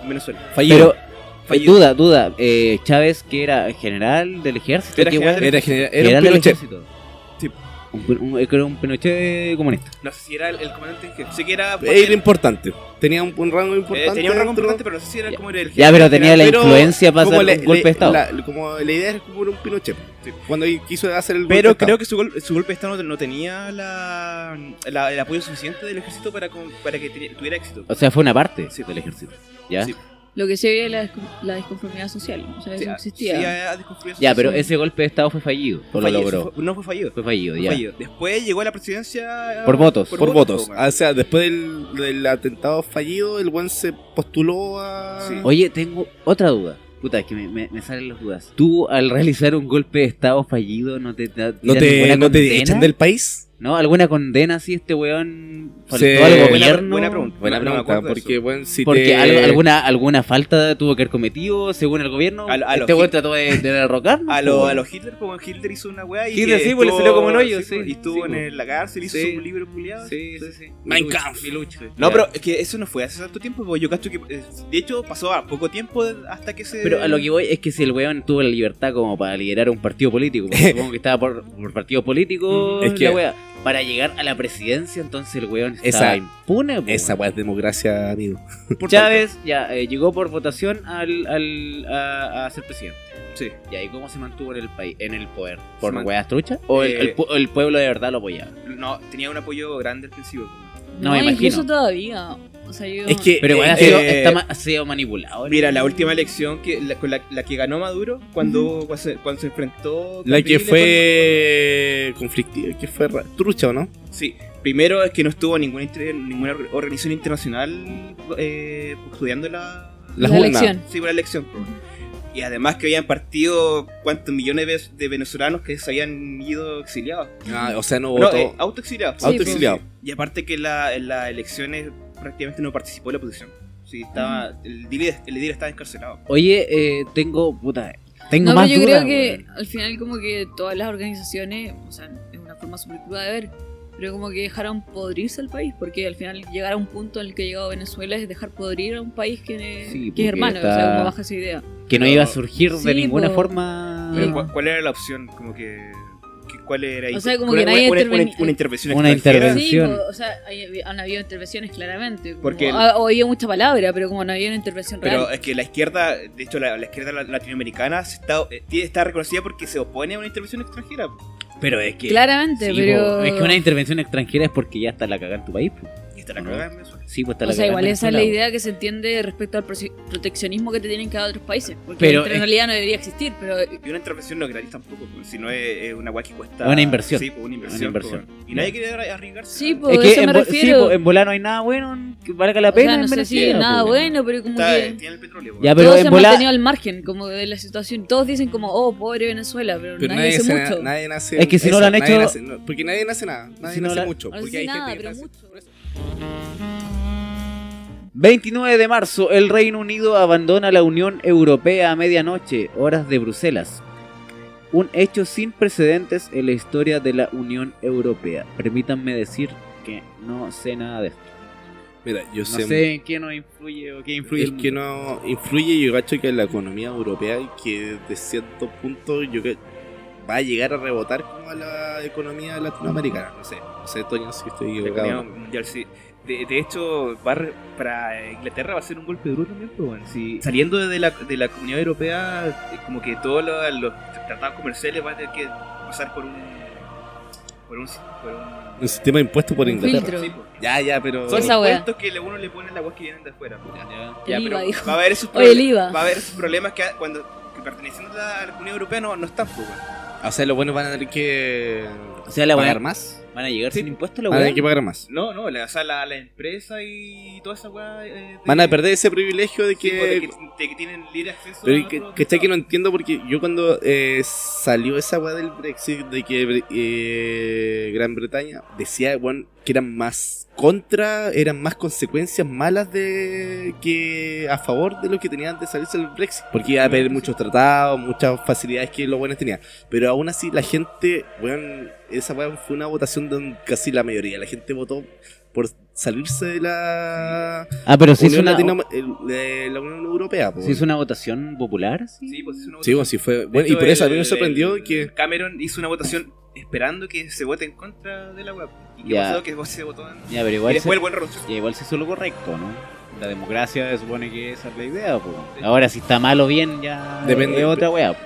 Speaker 3: en Venezuela.
Speaker 2: Pero,
Speaker 3: Fallido.
Speaker 2: duda, duda. eh, Chávez, que era general del ejército.
Speaker 3: Era
Speaker 2: ¿Qué
Speaker 3: general
Speaker 2: weón?
Speaker 1: Era, genera- era
Speaker 2: General
Speaker 1: un
Speaker 2: del
Speaker 1: Pinochet.
Speaker 2: ejército.
Speaker 3: Sí.
Speaker 2: Un, pin- un- era un Pinochet comunista.
Speaker 3: No sé si era el, el comandante en jefe. Sé que era.
Speaker 1: Era importante. Tenía un, un rango importante.
Speaker 3: Eh, tenía un rango
Speaker 1: dentro-
Speaker 3: importante, pero no sé si era como era el
Speaker 2: Ya, pero tenía la
Speaker 1: Pero
Speaker 2: influencia para
Speaker 1: como
Speaker 2: hacer
Speaker 1: la-
Speaker 2: un golpe
Speaker 1: la-
Speaker 2: de Estado.
Speaker 1: La, como la idea era como un Pinochet. Cuando quiso hacer el golpe
Speaker 3: Pero
Speaker 1: de Estado.
Speaker 3: creo que su, gol- su golpe de Estado no, no tenía la, la- el apoyo suficiente del ejército para, con- para que tenía- tuviera éxito.
Speaker 2: O sea, fue una parte
Speaker 3: Sí.
Speaker 2: del ejército. ¿Ya?
Speaker 3: Sí.
Speaker 5: Lo que se veía era la, descon- la disconformidad social. O sea,
Speaker 3: Sí,
Speaker 5: eso
Speaker 3: ah,
Speaker 5: existía.
Speaker 3: sí, ah, desconstruyó su-
Speaker 2: Ya, pero
Speaker 3: su-
Speaker 2: ese golpe de Estado fue fallido.
Speaker 3: fue
Speaker 2: o
Speaker 3: fallido,
Speaker 2: lo logró.
Speaker 3: fue- no fue fallido.
Speaker 2: Fue fallido,
Speaker 3: fue
Speaker 2: ya.
Speaker 3: fallido. Después llegó a la presidencia. ah,
Speaker 2: Por votos.
Speaker 1: por, votos.
Speaker 3: weón.
Speaker 1: Ah, O sea, después del, del atentado fallido, el buen se postuló a.
Speaker 3: Sí.
Speaker 2: Oye, tengo otra duda. Puta, es que me, me- me salen las dudas. ¿Tú al realizar un golpe de Estado fallido no te da-
Speaker 1: ¿No
Speaker 2: tiran
Speaker 1: te,
Speaker 2: ninguna
Speaker 1: ¿No te
Speaker 2: condena?
Speaker 1: echan del país?
Speaker 2: ¿No? ¿Alguna condena si este weón faltó
Speaker 1: Sí.
Speaker 2: al
Speaker 1: Buena-
Speaker 2: gobierno?
Speaker 3: buena pregunta.
Speaker 1: Buena
Speaker 3: No, no me
Speaker 1: pregunta,
Speaker 3: acuerdo de
Speaker 1: porque, bueno, si
Speaker 2: Porque
Speaker 1: te-
Speaker 2: al- alguna, alguna falta tuvo que haber cometido, según el gobierno.
Speaker 3: A lo- a
Speaker 2: este
Speaker 3: lo
Speaker 2: weón
Speaker 3: Hit-
Speaker 2: trató de, de derrocarnos.
Speaker 3: [laughs]
Speaker 2: pues,
Speaker 3: A
Speaker 2: po,
Speaker 3: lo,
Speaker 2: weón.
Speaker 3: a lo Hitler, como Hitler hizo una weá y.
Speaker 2: Hitler
Speaker 3: que
Speaker 2: sí, pues, le
Speaker 3: estuvo-
Speaker 2: salió como un hoyo, sí,
Speaker 3: pues, Y
Speaker 2: sí,
Speaker 3: estuvo en
Speaker 2: pues.
Speaker 3: el- la cárcel, hizo
Speaker 2: Sí.
Speaker 3: su libro puliado.
Speaker 2: Sí, sí, sí.
Speaker 1: Mein Kampf.
Speaker 3: No, pero es que eso no fue hace tanto tiempo. porque Yo cacho que. eh, De hecho, pasó a poco tiempo hasta que se.
Speaker 2: Pero a lo que voy es que si el weón tuvo la libertad como para liderar un partido político, porque supongo que estaba por, por partido político,
Speaker 1: Es que-
Speaker 2: la wea, para llegar a la presidencia, entonces el weón
Speaker 1: Esa-
Speaker 2: estaba impune. po,
Speaker 1: Esa
Speaker 2: weón.
Speaker 1: weá es democracia, amigo.
Speaker 2: Chávez ya eh, llegó por votación al, al- a, a ser presidente.
Speaker 3: Sí.
Speaker 2: ¿Y ahí cómo se mantuvo en el país, en el poder? ¿Por
Speaker 3: Se man-
Speaker 2: weas truchas? ¿O el,
Speaker 3: Eh,
Speaker 2: el pu- el pueblo de verdad lo apoyaba?
Speaker 3: No, tenía un apoyo grande al principio.
Speaker 2: No, me
Speaker 5: incluso
Speaker 2: imagino.
Speaker 5: todavía. O sea, yo...
Speaker 1: Es que.
Speaker 2: Pero igual ha,
Speaker 1: eh,
Speaker 2: sido,
Speaker 1: eh,
Speaker 2: está ma- ha sido manipulado.
Speaker 3: Mira, la última elección que, la, con la, la que ganó Maduro cuando, cuando, se, cuando se enfrentó. con
Speaker 1: La que
Speaker 3: Piñera,
Speaker 1: fue conflictiva, que fue ra- trucha, ¿o no?
Speaker 3: con- Sí, primero es que no estuvo ninguna, inter- ninguna or- organización internacional eh, estudiando la,
Speaker 1: Las
Speaker 5: la
Speaker 1: urnas.
Speaker 5: elección.
Speaker 3: sí, por la elección. po. Y además que habían partido cuántos millones de, de venezolanos que se habían ido exiliados.
Speaker 1: Ah, o sea, no
Speaker 3: No,
Speaker 1: votó.
Speaker 3: eh, autoexiliados.
Speaker 5: Sí,
Speaker 1: Autoexiliado.
Speaker 2: Ah.
Speaker 3: Y aparte que la, en las elecciones prácticamente no participó la oposición. Sí, estaba,
Speaker 2: Mm.
Speaker 3: el líder el líder estaba encarcelado.
Speaker 2: Oye, eh, tengo. Puta, tengo
Speaker 5: No,
Speaker 2: más
Speaker 5: pero yo
Speaker 2: dudas,
Speaker 5: creo que
Speaker 2: weón.
Speaker 5: al final como que todas las organizaciones, o sea, es una forma súper cruda de ver, pero como que dejaron podrirse al país, porque al final llegar a un punto en el que ha llegado Venezuela es dejar podrir a un país que,
Speaker 2: Sí,
Speaker 5: que
Speaker 2: porque
Speaker 5: es hermano, o sea,
Speaker 2: está-
Speaker 5: como baja esa idea.
Speaker 2: Que no
Speaker 3: Pero-
Speaker 2: iba a surgir de
Speaker 5: Sí,
Speaker 2: ninguna
Speaker 5: po.
Speaker 2: forma
Speaker 3: Pero,
Speaker 5: Mm.
Speaker 3: ¿cu- ¿Cuál era la opción? Como que, que- ¿Cuál era ahí?
Speaker 5: O sea, como
Speaker 3: Una-
Speaker 5: que nadie
Speaker 3: una, una,
Speaker 5: interveni-
Speaker 3: una intervención
Speaker 2: Una
Speaker 3: extranjera.
Speaker 2: intervención.
Speaker 5: Sí, po, o sea, hay- han habido intervenciones claramente, como-
Speaker 3: Porque el-
Speaker 5: ha- o había mucha palabra, pero como no había una intervención
Speaker 3: Pero
Speaker 5: real.
Speaker 3: es que la izquierda, de hecho, la, la izquierda la- latinoamericana se está, eh, tiene- está reconocida porque se opone a una intervención extranjera.
Speaker 2: Pero es que.
Speaker 5: Claramente,
Speaker 2: sí,
Speaker 5: pero...
Speaker 2: po, Es que una intervención extranjera es porque ya está la cagada en tu país. po.
Speaker 3: Y está la
Speaker 2: Ajá.
Speaker 3: cagada en Venezuela.
Speaker 2: Sí, pues está la
Speaker 5: O sea,
Speaker 2: cagada
Speaker 5: igual
Speaker 2: en
Speaker 5: esa es la
Speaker 2: Venezuela, po.
Speaker 5: idea que se entiende respecto al proce- proteccionismo que te tienen cada otros países, porque
Speaker 2: Pero
Speaker 5: en
Speaker 2: es-
Speaker 5: realidad no debería existir, pero
Speaker 3: Y una intervención no es gratis tampoco, pues, si no es, es una guay que cuesta.
Speaker 2: Es una inversión.
Speaker 3: Sí, pues, una inversión.
Speaker 2: Una inversión.
Speaker 3: pues. Y nadie quiere ar- arriesgarse.
Speaker 5: Sí, pues, po,
Speaker 2: Es
Speaker 5: eso
Speaker 2: que en,
Speaker 5: me
Speaker 2: vo-
Speaker 5: refiero.
Speaker 2: sí, po, en volar no hay nada bueno que valga la
Speaker 5: O sea,
Speaker 2: pena. pues,
Speaker 5: no
Speaker 2: en
Speaker 5: sé si
Speaker 2: Venezuela,
Speaker 5: nada
Speaker 2: po.
Speaker 5: bueno, pero como
Speaker 3: Está,
Speaker 5: que
Speaker 3: eh, tiene el petróleo. pues.
Speaker 2: Ya, pero
Speaker 5: todos se
Speaker 2: en
Speaker 5: han
Speaker 2: volar.
Speaker 5: mantenido al margen como de la situación. Todos dicen como, oh, pobre Venezuela, pero,
Speaker 1: Pero
Speaker 5: nadie
Speaker 1: nadie,
Speaker 5: dice
Speaker 1: hace
Speaker 5: mucho.
Speaker 1: na- nadie nace.
Speaker 2: Es que si no
Speaker 1: eso,
Speaker 2: lo han
Speaker 1: nadie
Speaker 2: hecho-
Speaker 1: nace- no, porque nadie nace nada. Nadie
Speaker 2: Si no
Speaker 1: nace
Speaker 2: la-
Speaker 1: mucho.
Speaker 5: no
Speaker 1: Porque
Speaker 5: dice
Speaker 1: hay
Speaker 5: nada,
Speaker 1: gente que
Speaker 5: pero
Speaker 1: nace-
Speaker 5: mucho.
Speaker 1: por eso.
Speaker 2: 29 de marzo, el Reino Unido abandona la Unión Europea a medianoche, horas de Bruselas. Un hecho sin precedentes en la historia de la Unión Europea. Permítanme decir que no sé nada de esto.
Speaker 1: Mira, yo
Speaker 2: No
Speaker 1: sé.
Speaker 2: sé en qué nos influye o qué influye.
Speaker 1: Es
Speaker 2: el
Speaker 1: que
Speaker 2: mundo.
Speaker 1: no influye, yo cacho que la economía europea, que de cierto punto, yo que va a llegar a rebotar como a la economía latinoamericana. No sé, no sé, Toño, si estoy
Speaker 3: La
Speaker 1: equivocado.
Speaker 3: economía mundial, sí. De, de hecho, va a re- para Inglaterra va a ser un golpe duro también, pues, bueno. Si- saliendo de la, de la comunidad europea, eh, como que todos los, los tratados comerciales van a tener que pasar por un. por un. por un-
Speaker 1: Un sistema impuesto por
Speaker 5: Un
Speaker 1: Inglaterra.
Speaker 5: filtro.
Speaker 3: Sí, pues.
Speaker 1: Ya, ya, pero.
Speaker 3: Son
Speaker 5: Esa wea.
Speaker 3: impuestos que le- uno le pone a la agua que vienen de afuera. pues.
Speaker 5: El
Speaker 3: Ya,
Speaker 5: IVA,
Speaker 3: pero
Speaker 5: dijo.
Speaker 3: va a haber esos
Speaker 5: Oye, el
Speaker 3: problemas-
Speaker 5: IVA.
Speaker 3: Va a haber esos problemas que ha- cuando que perteneciendo a la, a la Unión Europea no, no están, pues, bueno.
Speaker 1: O sea, los buenos van a tener que.
Speaker 2: O sea, la
Speaker 1: pagar
Speaker 2: weá.
Speaker 1: más.
Speaker 2: Van a llegar sin impuestos la
Speaker 1: Van a
Speaker 2: weá.
Speaker 1: tener que pagar más.
Speaker 3: No, no, la, o sea, la, la empresa y toda esa weá. eh, de-
Speaker 1: Van a perder ese privilegio de
Speaker 3: sí, pues, de
Speaker 1: que.
Speaker 3: que, de que tienen libre acceso.
Speaker 1: Pero
Speaker 3: a
Speaker 1: que,
Speaker 3: otros
Speaker 1: que, que
Speaker 3: mercados.
Speaker 1: no entiendo porque yo cuando eh, salió esa weá del Brexit de que eh, Gran Bretaña decía weón, que eran más contra, eran más consecuencias malas de que a favor de lo que tenían de salirse del Brexit. Porque iba a haber muchos tratados, muchas facilidades que los buenos tenían. Pero aún así la gente, weón, esa weá fue una votación donde casi la mayoría, la gente votó por salirse de la
Speaker 2: Ah, pero si es
Speaker 1: Unión,
Speaker 2: una,
Speaker 1: Latino- el- de la Unión Europea. po,
Speaker 2: se hizo una votación popular. ¿sí?
Speaker 3: Sí, pues es una
Speaker 1: Sí, bueno, sí fue. Bueno, y por eso a mí me sorprendió que.
Speaker 3: Cameron hizo una votación esperando que se vote en contra de la web. ¿Y qué
Speaker 2: Ya.
Speaker 3: pasó? Que vos se votó en...
Speaker 2: Ya, pero
Speaker 3: Y
Speaker 2: igual, se,
Speaker 3: después el buen Roche.
Speaker 2: ya, igual se hizo lo correcto, ¿no? La democracia se supone que esa es la idea, po. Ahora, si está mal o bien, ya
Speaker 1: Depende.
Speaker 2: es otra weá. po.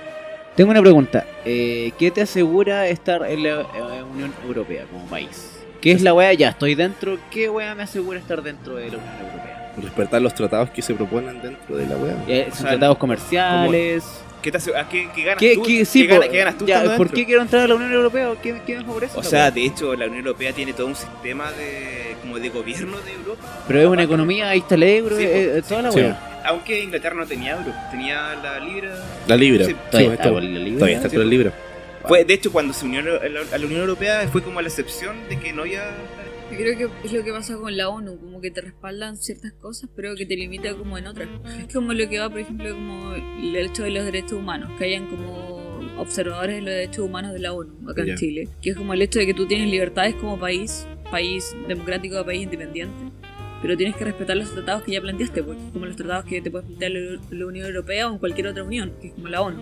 Speaker 2: Tengo una pregunta. Eh, ¿Qué te asegura estar en la eh, Unión Europea como país? ¿Qué es la weá? Ya estoy dentro. ¿Qué weá me asegura estar dentro de la Unión Europea?
Speaker 1: Respetar los tratados que se proponen dentro de la web.
Speaker 2: Eh,
Speaker 3: O
Speaker 2: ¿Son
Speaker 3: sea,
Speaker 2: tratados comerciales?
Speaker 3: ¿Qué, te hace- a qué, qué ganas
Speaker 2: ¿Qué,
Speaker 3: tú?
Speaker 2: qué- sí,
Speaker 3: ¿Qué gana-
Speaker 2: po,
Speaker 3: qué ganas tú?
Speaker 2: ya,
Speaker 3: estando
Speaker 2: ¿Por
Speaker 3: dentro?
Speaker 2: qué quiero entrar a la Unión Europea? ¿Qué, qué me favorece?
Speaker 3: O
Speaker 2: la
Speaker 3: sea,
Speaker 2: weá?
Speaker 3: de hecho, la Unión Europea tiene todo un sistema de como de gobierno de Europa.
Speaker 2: pero es una economía, ahí está el euro,
Speaker 3: Sí, po,
Speaker 2: eh, eh, toda la
Speaker 1: sí.
Speaker 2: weá.
Speaker 3: Aunque Inglaterra no tenía euro, tenía la libra.
Speaker 1: La libra.
Speaker 3: Sí,
Speaker 2: Todavía
Speaker 1: Sí,
Speaker 2: está
Speaker 1: esto-
Speaker 2: con la libra.
Speaker 1: todavía está con la libra.
Speaker 3: Fue, de hecho, cuando se unió a la, a la Unión Europea fue como la excepción de que no había...
Speaker 5: Yo creo que es lo que pasa con la ONU, como que te respaldan ciertas cosas, pero que te limita como en otras. Es como lo que va, por ejemplo, como el hecho de los derechos humanos, que hayan como observadores de los derechos humanos de la ONU acá
Speaker 1: Ya.
Speaker 5: en Chile, que es como el hecho de que tú tienes libertades como país, país democrático, país independiente. Pero tienes que respetar los tratados que ya planteaste, pues, como los tratados que te puedes plantear la la Unión Europea o en cualquier otra unión, que es como la ONU.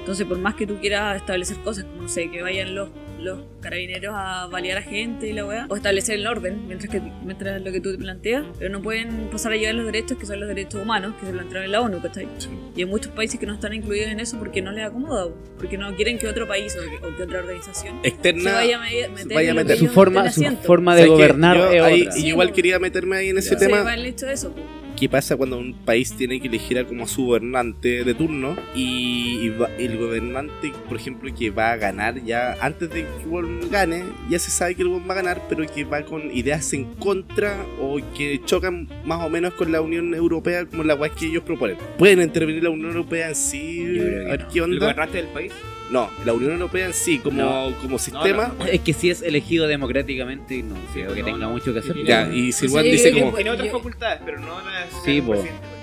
Speaker 5: Entonces, por más que tú quieras establecer cosas, como no sé, que vayan los, los carabineros a balear a gente y la weá, o establecer el orden, mientras que mientras lo que tú te planteas, pero no pueden pasar a llevar los derechos, que son los derechos humanos, que se plantearon en la ONU, ¿cachai? Y hay muchos países que no están incluidos en eso porque no les acomoda, porque no quieren que otro país o que, o que otra organización se
Speaker 1: Externa.
Speaker 5: vaya a me- meter
Speaker 1: vaya a
Speaker 5: en lo que
Speaker 1: meter.
Speaker 5: ellos
Speaker 2: su forma,
Speaker 5: estén
Speaker 2: su
Speaker 5: haciendo.
Speaker 2: forma
Speaker 1: ¿Sabes
Speaker 2: de
Speaker 1: qué?
Speaker 2: gobernar
Speaker 1: Yo
Speaker 2: es
Speaker 1: ahí-
Speaker 2: otra.
Speaker 1: y igual
Speaker 5: Sí,
Speaker 1: quería meterme ahí en ese
Speaker 2: Ya.
Speaker 5: Se
Speaker 1: tema.
Speaker 5: va el hecho de eso, pues.
Speaker 1: ¿Qué pasa cuando un país tiene que elegir a como su gobernante de turno y, y va- el gobernante, por ejemplo, que va a ganar ya antes de que el weón gane, ya se sabe que el weón va a ganar, pero que va con ideas en contra o que chocan más o menos con la Unión Europea como la guay que ellos proponen? ¿Pueden intervenir la Unión Europea en sí?
Speaker 2: Yo creo que
Speaker 1: A ver
Speaker 2: no.
Speaker 1: qué
Speaker 3: El
Speaker 1: onda.
Speaker 3: gobernante del país.
Speaker 1: No, la Unión Europea en sí, como,
Speaker 2: No.
Speaker 1: como sistema.
Speaker 2: Es que si es elegido democráticamente, no creo que
Speaker 3: no,
Speaker 2: tenga
Speaker 3: no.
Speaker 2: mucho que hacer.
Speaker 1: Ya, y si
Speaker 5: Sí,
Speaker 1: Juan
Speaker 5: yo
Speaker 1: dice
Speaker 5: creo
Speaker 1: como.
Speaker 5: que-
Speaker 3: Tiene otras
Speaker 5: Yo-
Speaker 3: facultades, pero no las...
Speaker 2: Sí, po.
Speaker 3: presidente. pues.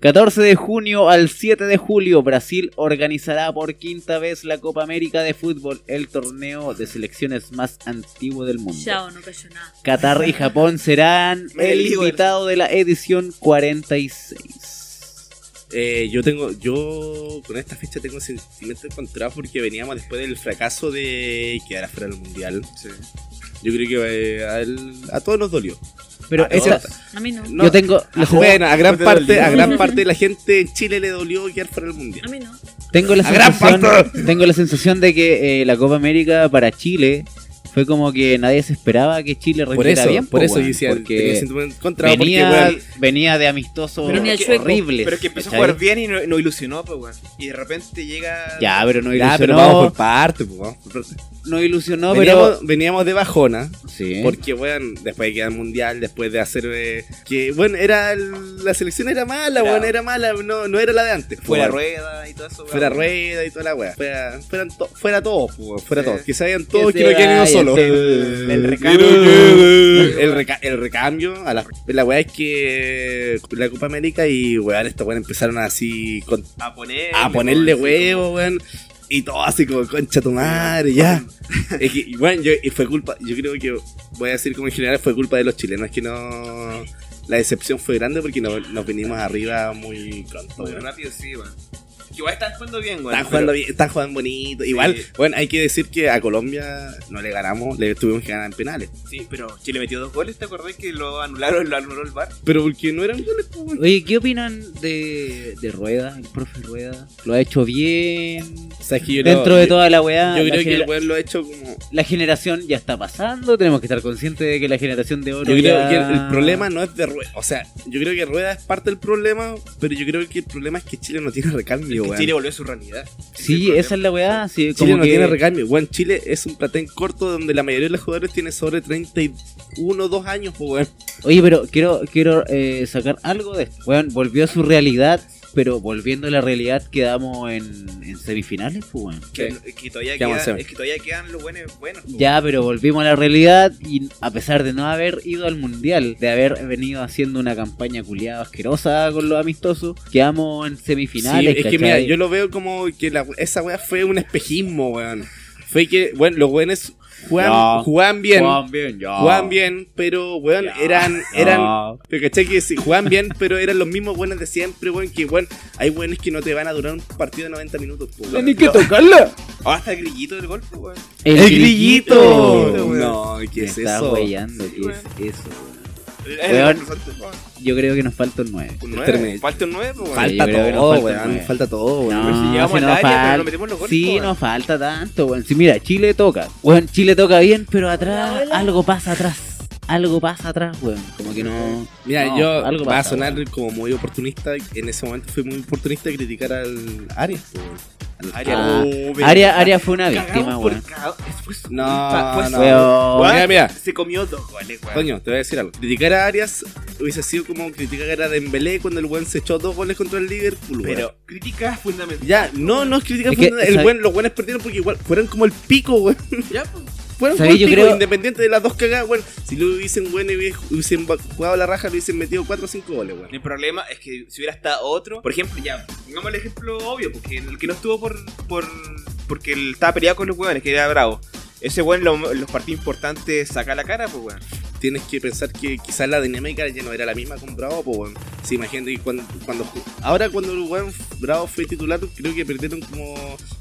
Speaker 2: 14 de junio al 7 de julio, Brasil organizará por quinta vez la Copa América de Fútbol, el torneo de selecciones más antiguo del mundo.
Speaker 5: Chao, no cayó nada.
Speaker 2: Qatar y Japón [laughs] serán
Speaker 3: Me
Speaker 2: el
Speaker 3: ligo,
Speaker 2: invitado de la edición 46.
Speaker 1: Eh, yo tengo, yo con esta fecha tengo sentimiento encontrado porque veníamos después del fracaso de quedar afuera del mundial. Yo creo que eh, a, él- a todos nos dolió.
Speaker 2: Pero
Speaker 1: Ah, no.
Speaker 2: esta-
Speaker 5: A mí no.
Speaker 1: No,
Speaker 2: yo tengo la,
Speaker 1: bueno, a gran
Speaker 3: no te
Speaker 1: parte,
Speaker 3: dolió.
Speaker 1: a gran parte de
Speaker 3: [laughs]
Speaker 1: la gente en Chile le dolió quedar fuera del
Speaker 5: A
Speaker 1: mundial.
Speaker 5: mí no.
Speaker 2: Tengo la
Speaker 1: ¡A gran
Speaker 2: sensación,
Speaker 1: parte!
Speaker 2: tengo la sensación de que eh, la Copa América para Chile fue como que nadie se esperaba que Chile
Speaker 1: Por
Speaker 2: rindiera
Speaker 1: eso,
Speaker 2: bien.
Speaker 1: por
Speaker 2: po,
Speaker 1: eso yo
Speaker 2: weón,
Speaker 1: decía, tenía
Speaker 2: porque
Speaker 1: sentimiento encontrado porque,
Speaker 2: venía,
Speaker 1: weón,
Speaker 2: venía de amistosos
Speaker 3: Pero
Speaker 5: es que-
Speaker 2: horribles.
Speaker 3: Pero es que empezó
Speaker 2: ¿cachai?
Speaker 3: a jugar bien y no, no ilusionó, pues, weón. Y de repente llega.
Speaker 2: Ya, pero no
Speaker 1: ya,
Speaker 2: ilusionó.
Speaker 1: pero vamos por parte, pues, vamos por parte.
Speaker 2: No ilusionó,
Speaker 1: veníamos,
Speaker 2: pero. ¿Eh?
Speaker 1: veníamos de bajona.
Speaker 2: Sí.
Speaker 1: Porque, weón, después de quedar mundial, después de hacer. eh, que, bueno, era. el- La selección era mala,
Speaker 3: Era-
Speaker 1: weón, era mala, no, no era la de antes.
Speaker 3: Fuera
Speaker 1: weón.
Speaker 3: rueda y todo eso, weón.
Speaker 1: Fuera rueda y toda la weá. Fuera, fueran to- fuera todo, po, weón, fuera
Speaker 3: Sí.
Speaker 1: todo. Que se vayan todos,
Speaker 2: se
Speaker 1: quiero que uno
Speaker 2: vaya,
Speaker 1: solo. [laughs]
Speaker 2: se-
Speaker 3: el
Speaker 1: este, recambio.
Speaker 3: recambio.
Speaker 1: El, reca- el recambio. A la, la weá es que la Copa América y weón, estos weón empezaron así con-
Speaker 3: A ponerle,
Speaker 1: a ponerle
Speaker 3: weón,
Speaker 1: huevo, weón. Y todo así como concha tu madre,
Speaker 3: [laughs]
Speaker 1: ya. Es que, y bueno, yo, y fue culpa, yo creo que voy a decir como en general fue culpa de los chilenos, que no. La decepción fue grande porque no- nos venimos arriba muy pronto,
Speaker 3: así como-
Speaker 1: weón.
Speaker 3: rápido, sí, weón. Que igual están jugando bien, güey.
Speaker 1: Están jugando bien, están jugando bonito. Igual, bueno, hay que decir que a Colombia no le ganamos, le tuvimos que ganar en penales.
Speaker 3: Sí, pero Chile metió dos goles, ¿te acordás que lo anularon, lo anuló el bar?
Speaker 1: Pero porque no eran goles, pues, weón.
Speaker 2: Oye, ¿qué opinan de, de Rueda? El profe Rueda. Lo ha hecho bien.
Speaker 1: O sea, es que yo
Speaker 2: Dentro
Speaker 1: creo-
Speaker 2: de toda la weá.
Speaker 1: Yo
Speaker 2: la
Speaker 1: creo que el
Speaker 2: genera-
Speaker 1: weón lo ha hecho como.
Speaker 2: la generación ya está pasando. Tenemos que estar conscientes de que la generación de oro.
Speaker 1: Yo creo
Speaker 2: ya-
Speaker 1: que el, el problema no es de Rueda. O sea, yo creo que Rueda es parte del problema, pero yo creo que el problema es que Chile no tiene recambio,
Speaker 3: Que
Speaker 1: weón.
Speaker 3: Chile volvió a su realidad. Ese es el
Speaker 2: Sí,
Speaker 3: problema.
Speaker 2: esa es la weá. Sí,
Speaker 1: Chile
Speaker 2: como
Speaker 1: no
Speaker 2: que-
Speaker 1: tiene recambio. Bueno, Chile es un platén corto donde la mayoría de los jugadores tiene sobre 31, 2 años, po, weón.
Speaker 2: Oye, pero quiero, quiero eh, sacar algo de esto. Weón, volvió a su realidad. Pero volviendo a la realidad, quedamos en, en semifinales, pues, weón.
Speaker 3: Que, que todavía
Speaker 1: ¿Qué vamos a
Speaker 3: queda-
Speaker 1: hacer?
Speaker 3: es que todavía quedan los buenos. buenos po.
Speaker 2: Ya, pero volvimos a la realidad y a pesar de no haber ido al mundial, de haber venido haciendo una campaña culiada asquerosa con los amistosos, quedamos en semifinales.
Speaker 1: Sí, es que
Speaker 2: ¿cachai?
Speaker 1: mira, yo lo veo como que la- esa weá fue un espejismo, weón. Fue que, bueno, los weones jugaban,
Speaker 2: No.
Speaker 1: jugaban bien. Jugaban
Speaker 2: Jugaban bien, ya.
Speaker 1: bien, pero, weón,
Speaker 2: Ya.
Speaker 1: eran,
Speaker 2: Ya.
Speaker 1: eran, Pero caché que sí, jugaban bien, pero eran los mismos buenos de siempre, weón. Que weón, hay buenos que no te van a durar un partido de 90 minutos, po, weón.
Speaker 2: tocarla!
Speaker 3: Ah, hasta el grillito del golpe, weón.
Speaker 2: ¡El,
Speaker 3: grillito!
Speaker 2: grillito!
Speaker 1: No, ¿qué
Speaker 2: Me
Speaker 1: es
Speaker 2: estás
Speaker 1: eso?
Speaker 2: weyando, ¿qué
Speaker 3: weón.
Speaker 2: es eso?
Speaker 3: Eh,
Speaker 2: Yo creo que nos falta el 9.
Speaker 3: Un
Speaker 1: Termine.
Speaker 3: nueve. Falta un 9, weón.
Speaker 2: Falta
Speaker 1: Falta
Speaker 2: yo creo que nos
Speaker 1: todo,
Speaker 2: falta
Speaker 1: weón.
Speaker 2: nueve.
Speaker 1: Falta todo, weón.
Speaker 3: pero Pues, si llegamos
Speaker 2: si
Speaker 3: al
Speaker 2: nos
Speaker 3: área, pero
Speaker 2: fal-
Speaker 3: no metemos los goles,
Speaker 2: Sí,
Speaker 3: weón.
Speaker 2: nos falta tanto, weón. Si mira, Chile toca. Weón, Chile toca bien, pero atrás, algo pasa atrás. Algo pasa atrás, weón. Como que no.
Speaker 1: Mira,
Speaker 2: no,
Speaker 1: yo
Speaker 2: algo
Speaker 1: va a
Speaker 2: pasa,
Speaker 1: sonar
Speaker 2: weón.
Speaker 1: como muy oportunista. En ese momento fui muy oportunista de criticar al Arias. po, weón. Al-
Speaker 3: Arias.
Speaker 2: Ah,
Speaker 3: Oh, pero-
Speaker 2: Aria, Aria fue una
Speaker 3: Cagamos
Speaker 2: víctima,
Speaker 3: por
Speaker 2: weón.
Speaker 3: cagado. Es- Fue su
Speaker 1: No,
Speaker 3: culpa, fue su-
Speaker 1: no.
Speaker 2: Ah, Weón.
Speaker 1: Mira, mira.
Speaker 3: Se comió dos goles, weón.
Speaker 1: Coño, te voy a decir algo. Criticar a Arias hubiese sido como criticar a Dembélé cuando el weón se echó dos goles contra el Liverpool, weón.
Speaker 3: Pero crítica fundamental.
Speaker 1: Ya, no, no es criticar.
Speaker 2: Es que,
Speaker 1: fundamental. El
Speaker 2: ¿sabes?
Speaker 1: buen- los buenos perdieron porque igual fueron como el pico, weón. [laughs]
Speaker 3: Ya, pues.
Speaker 1: Fueron como el
Speaker 2: ¿Sabes? Yo
Speaker 1: pico,
Speaker 2: creo-
Speaker 1: independiente de las dos cagadas, weón. Si lo hubiesen, weón, y hubiesen jugado la raja, le hubiesen metido 4 o 5 goles, weón.
Speaker 3: El problema es que si hubiera estado otro, por ejemplo, ya, pongamos el ejemplo obvio, porque el que no estuvo por, por porque él estaba peleado con los hueones, que era bravo. Ese weón lo- los partidos importantes saca la cara, pues weón.
Speaker 1: tienes que pensar que quizás la dinámica ya no era la misma con Bravo, pues weón. Sí, imagínate que cuando, cuando ju- ahora cuando el weón Bravo fue titular, creo que perdieron como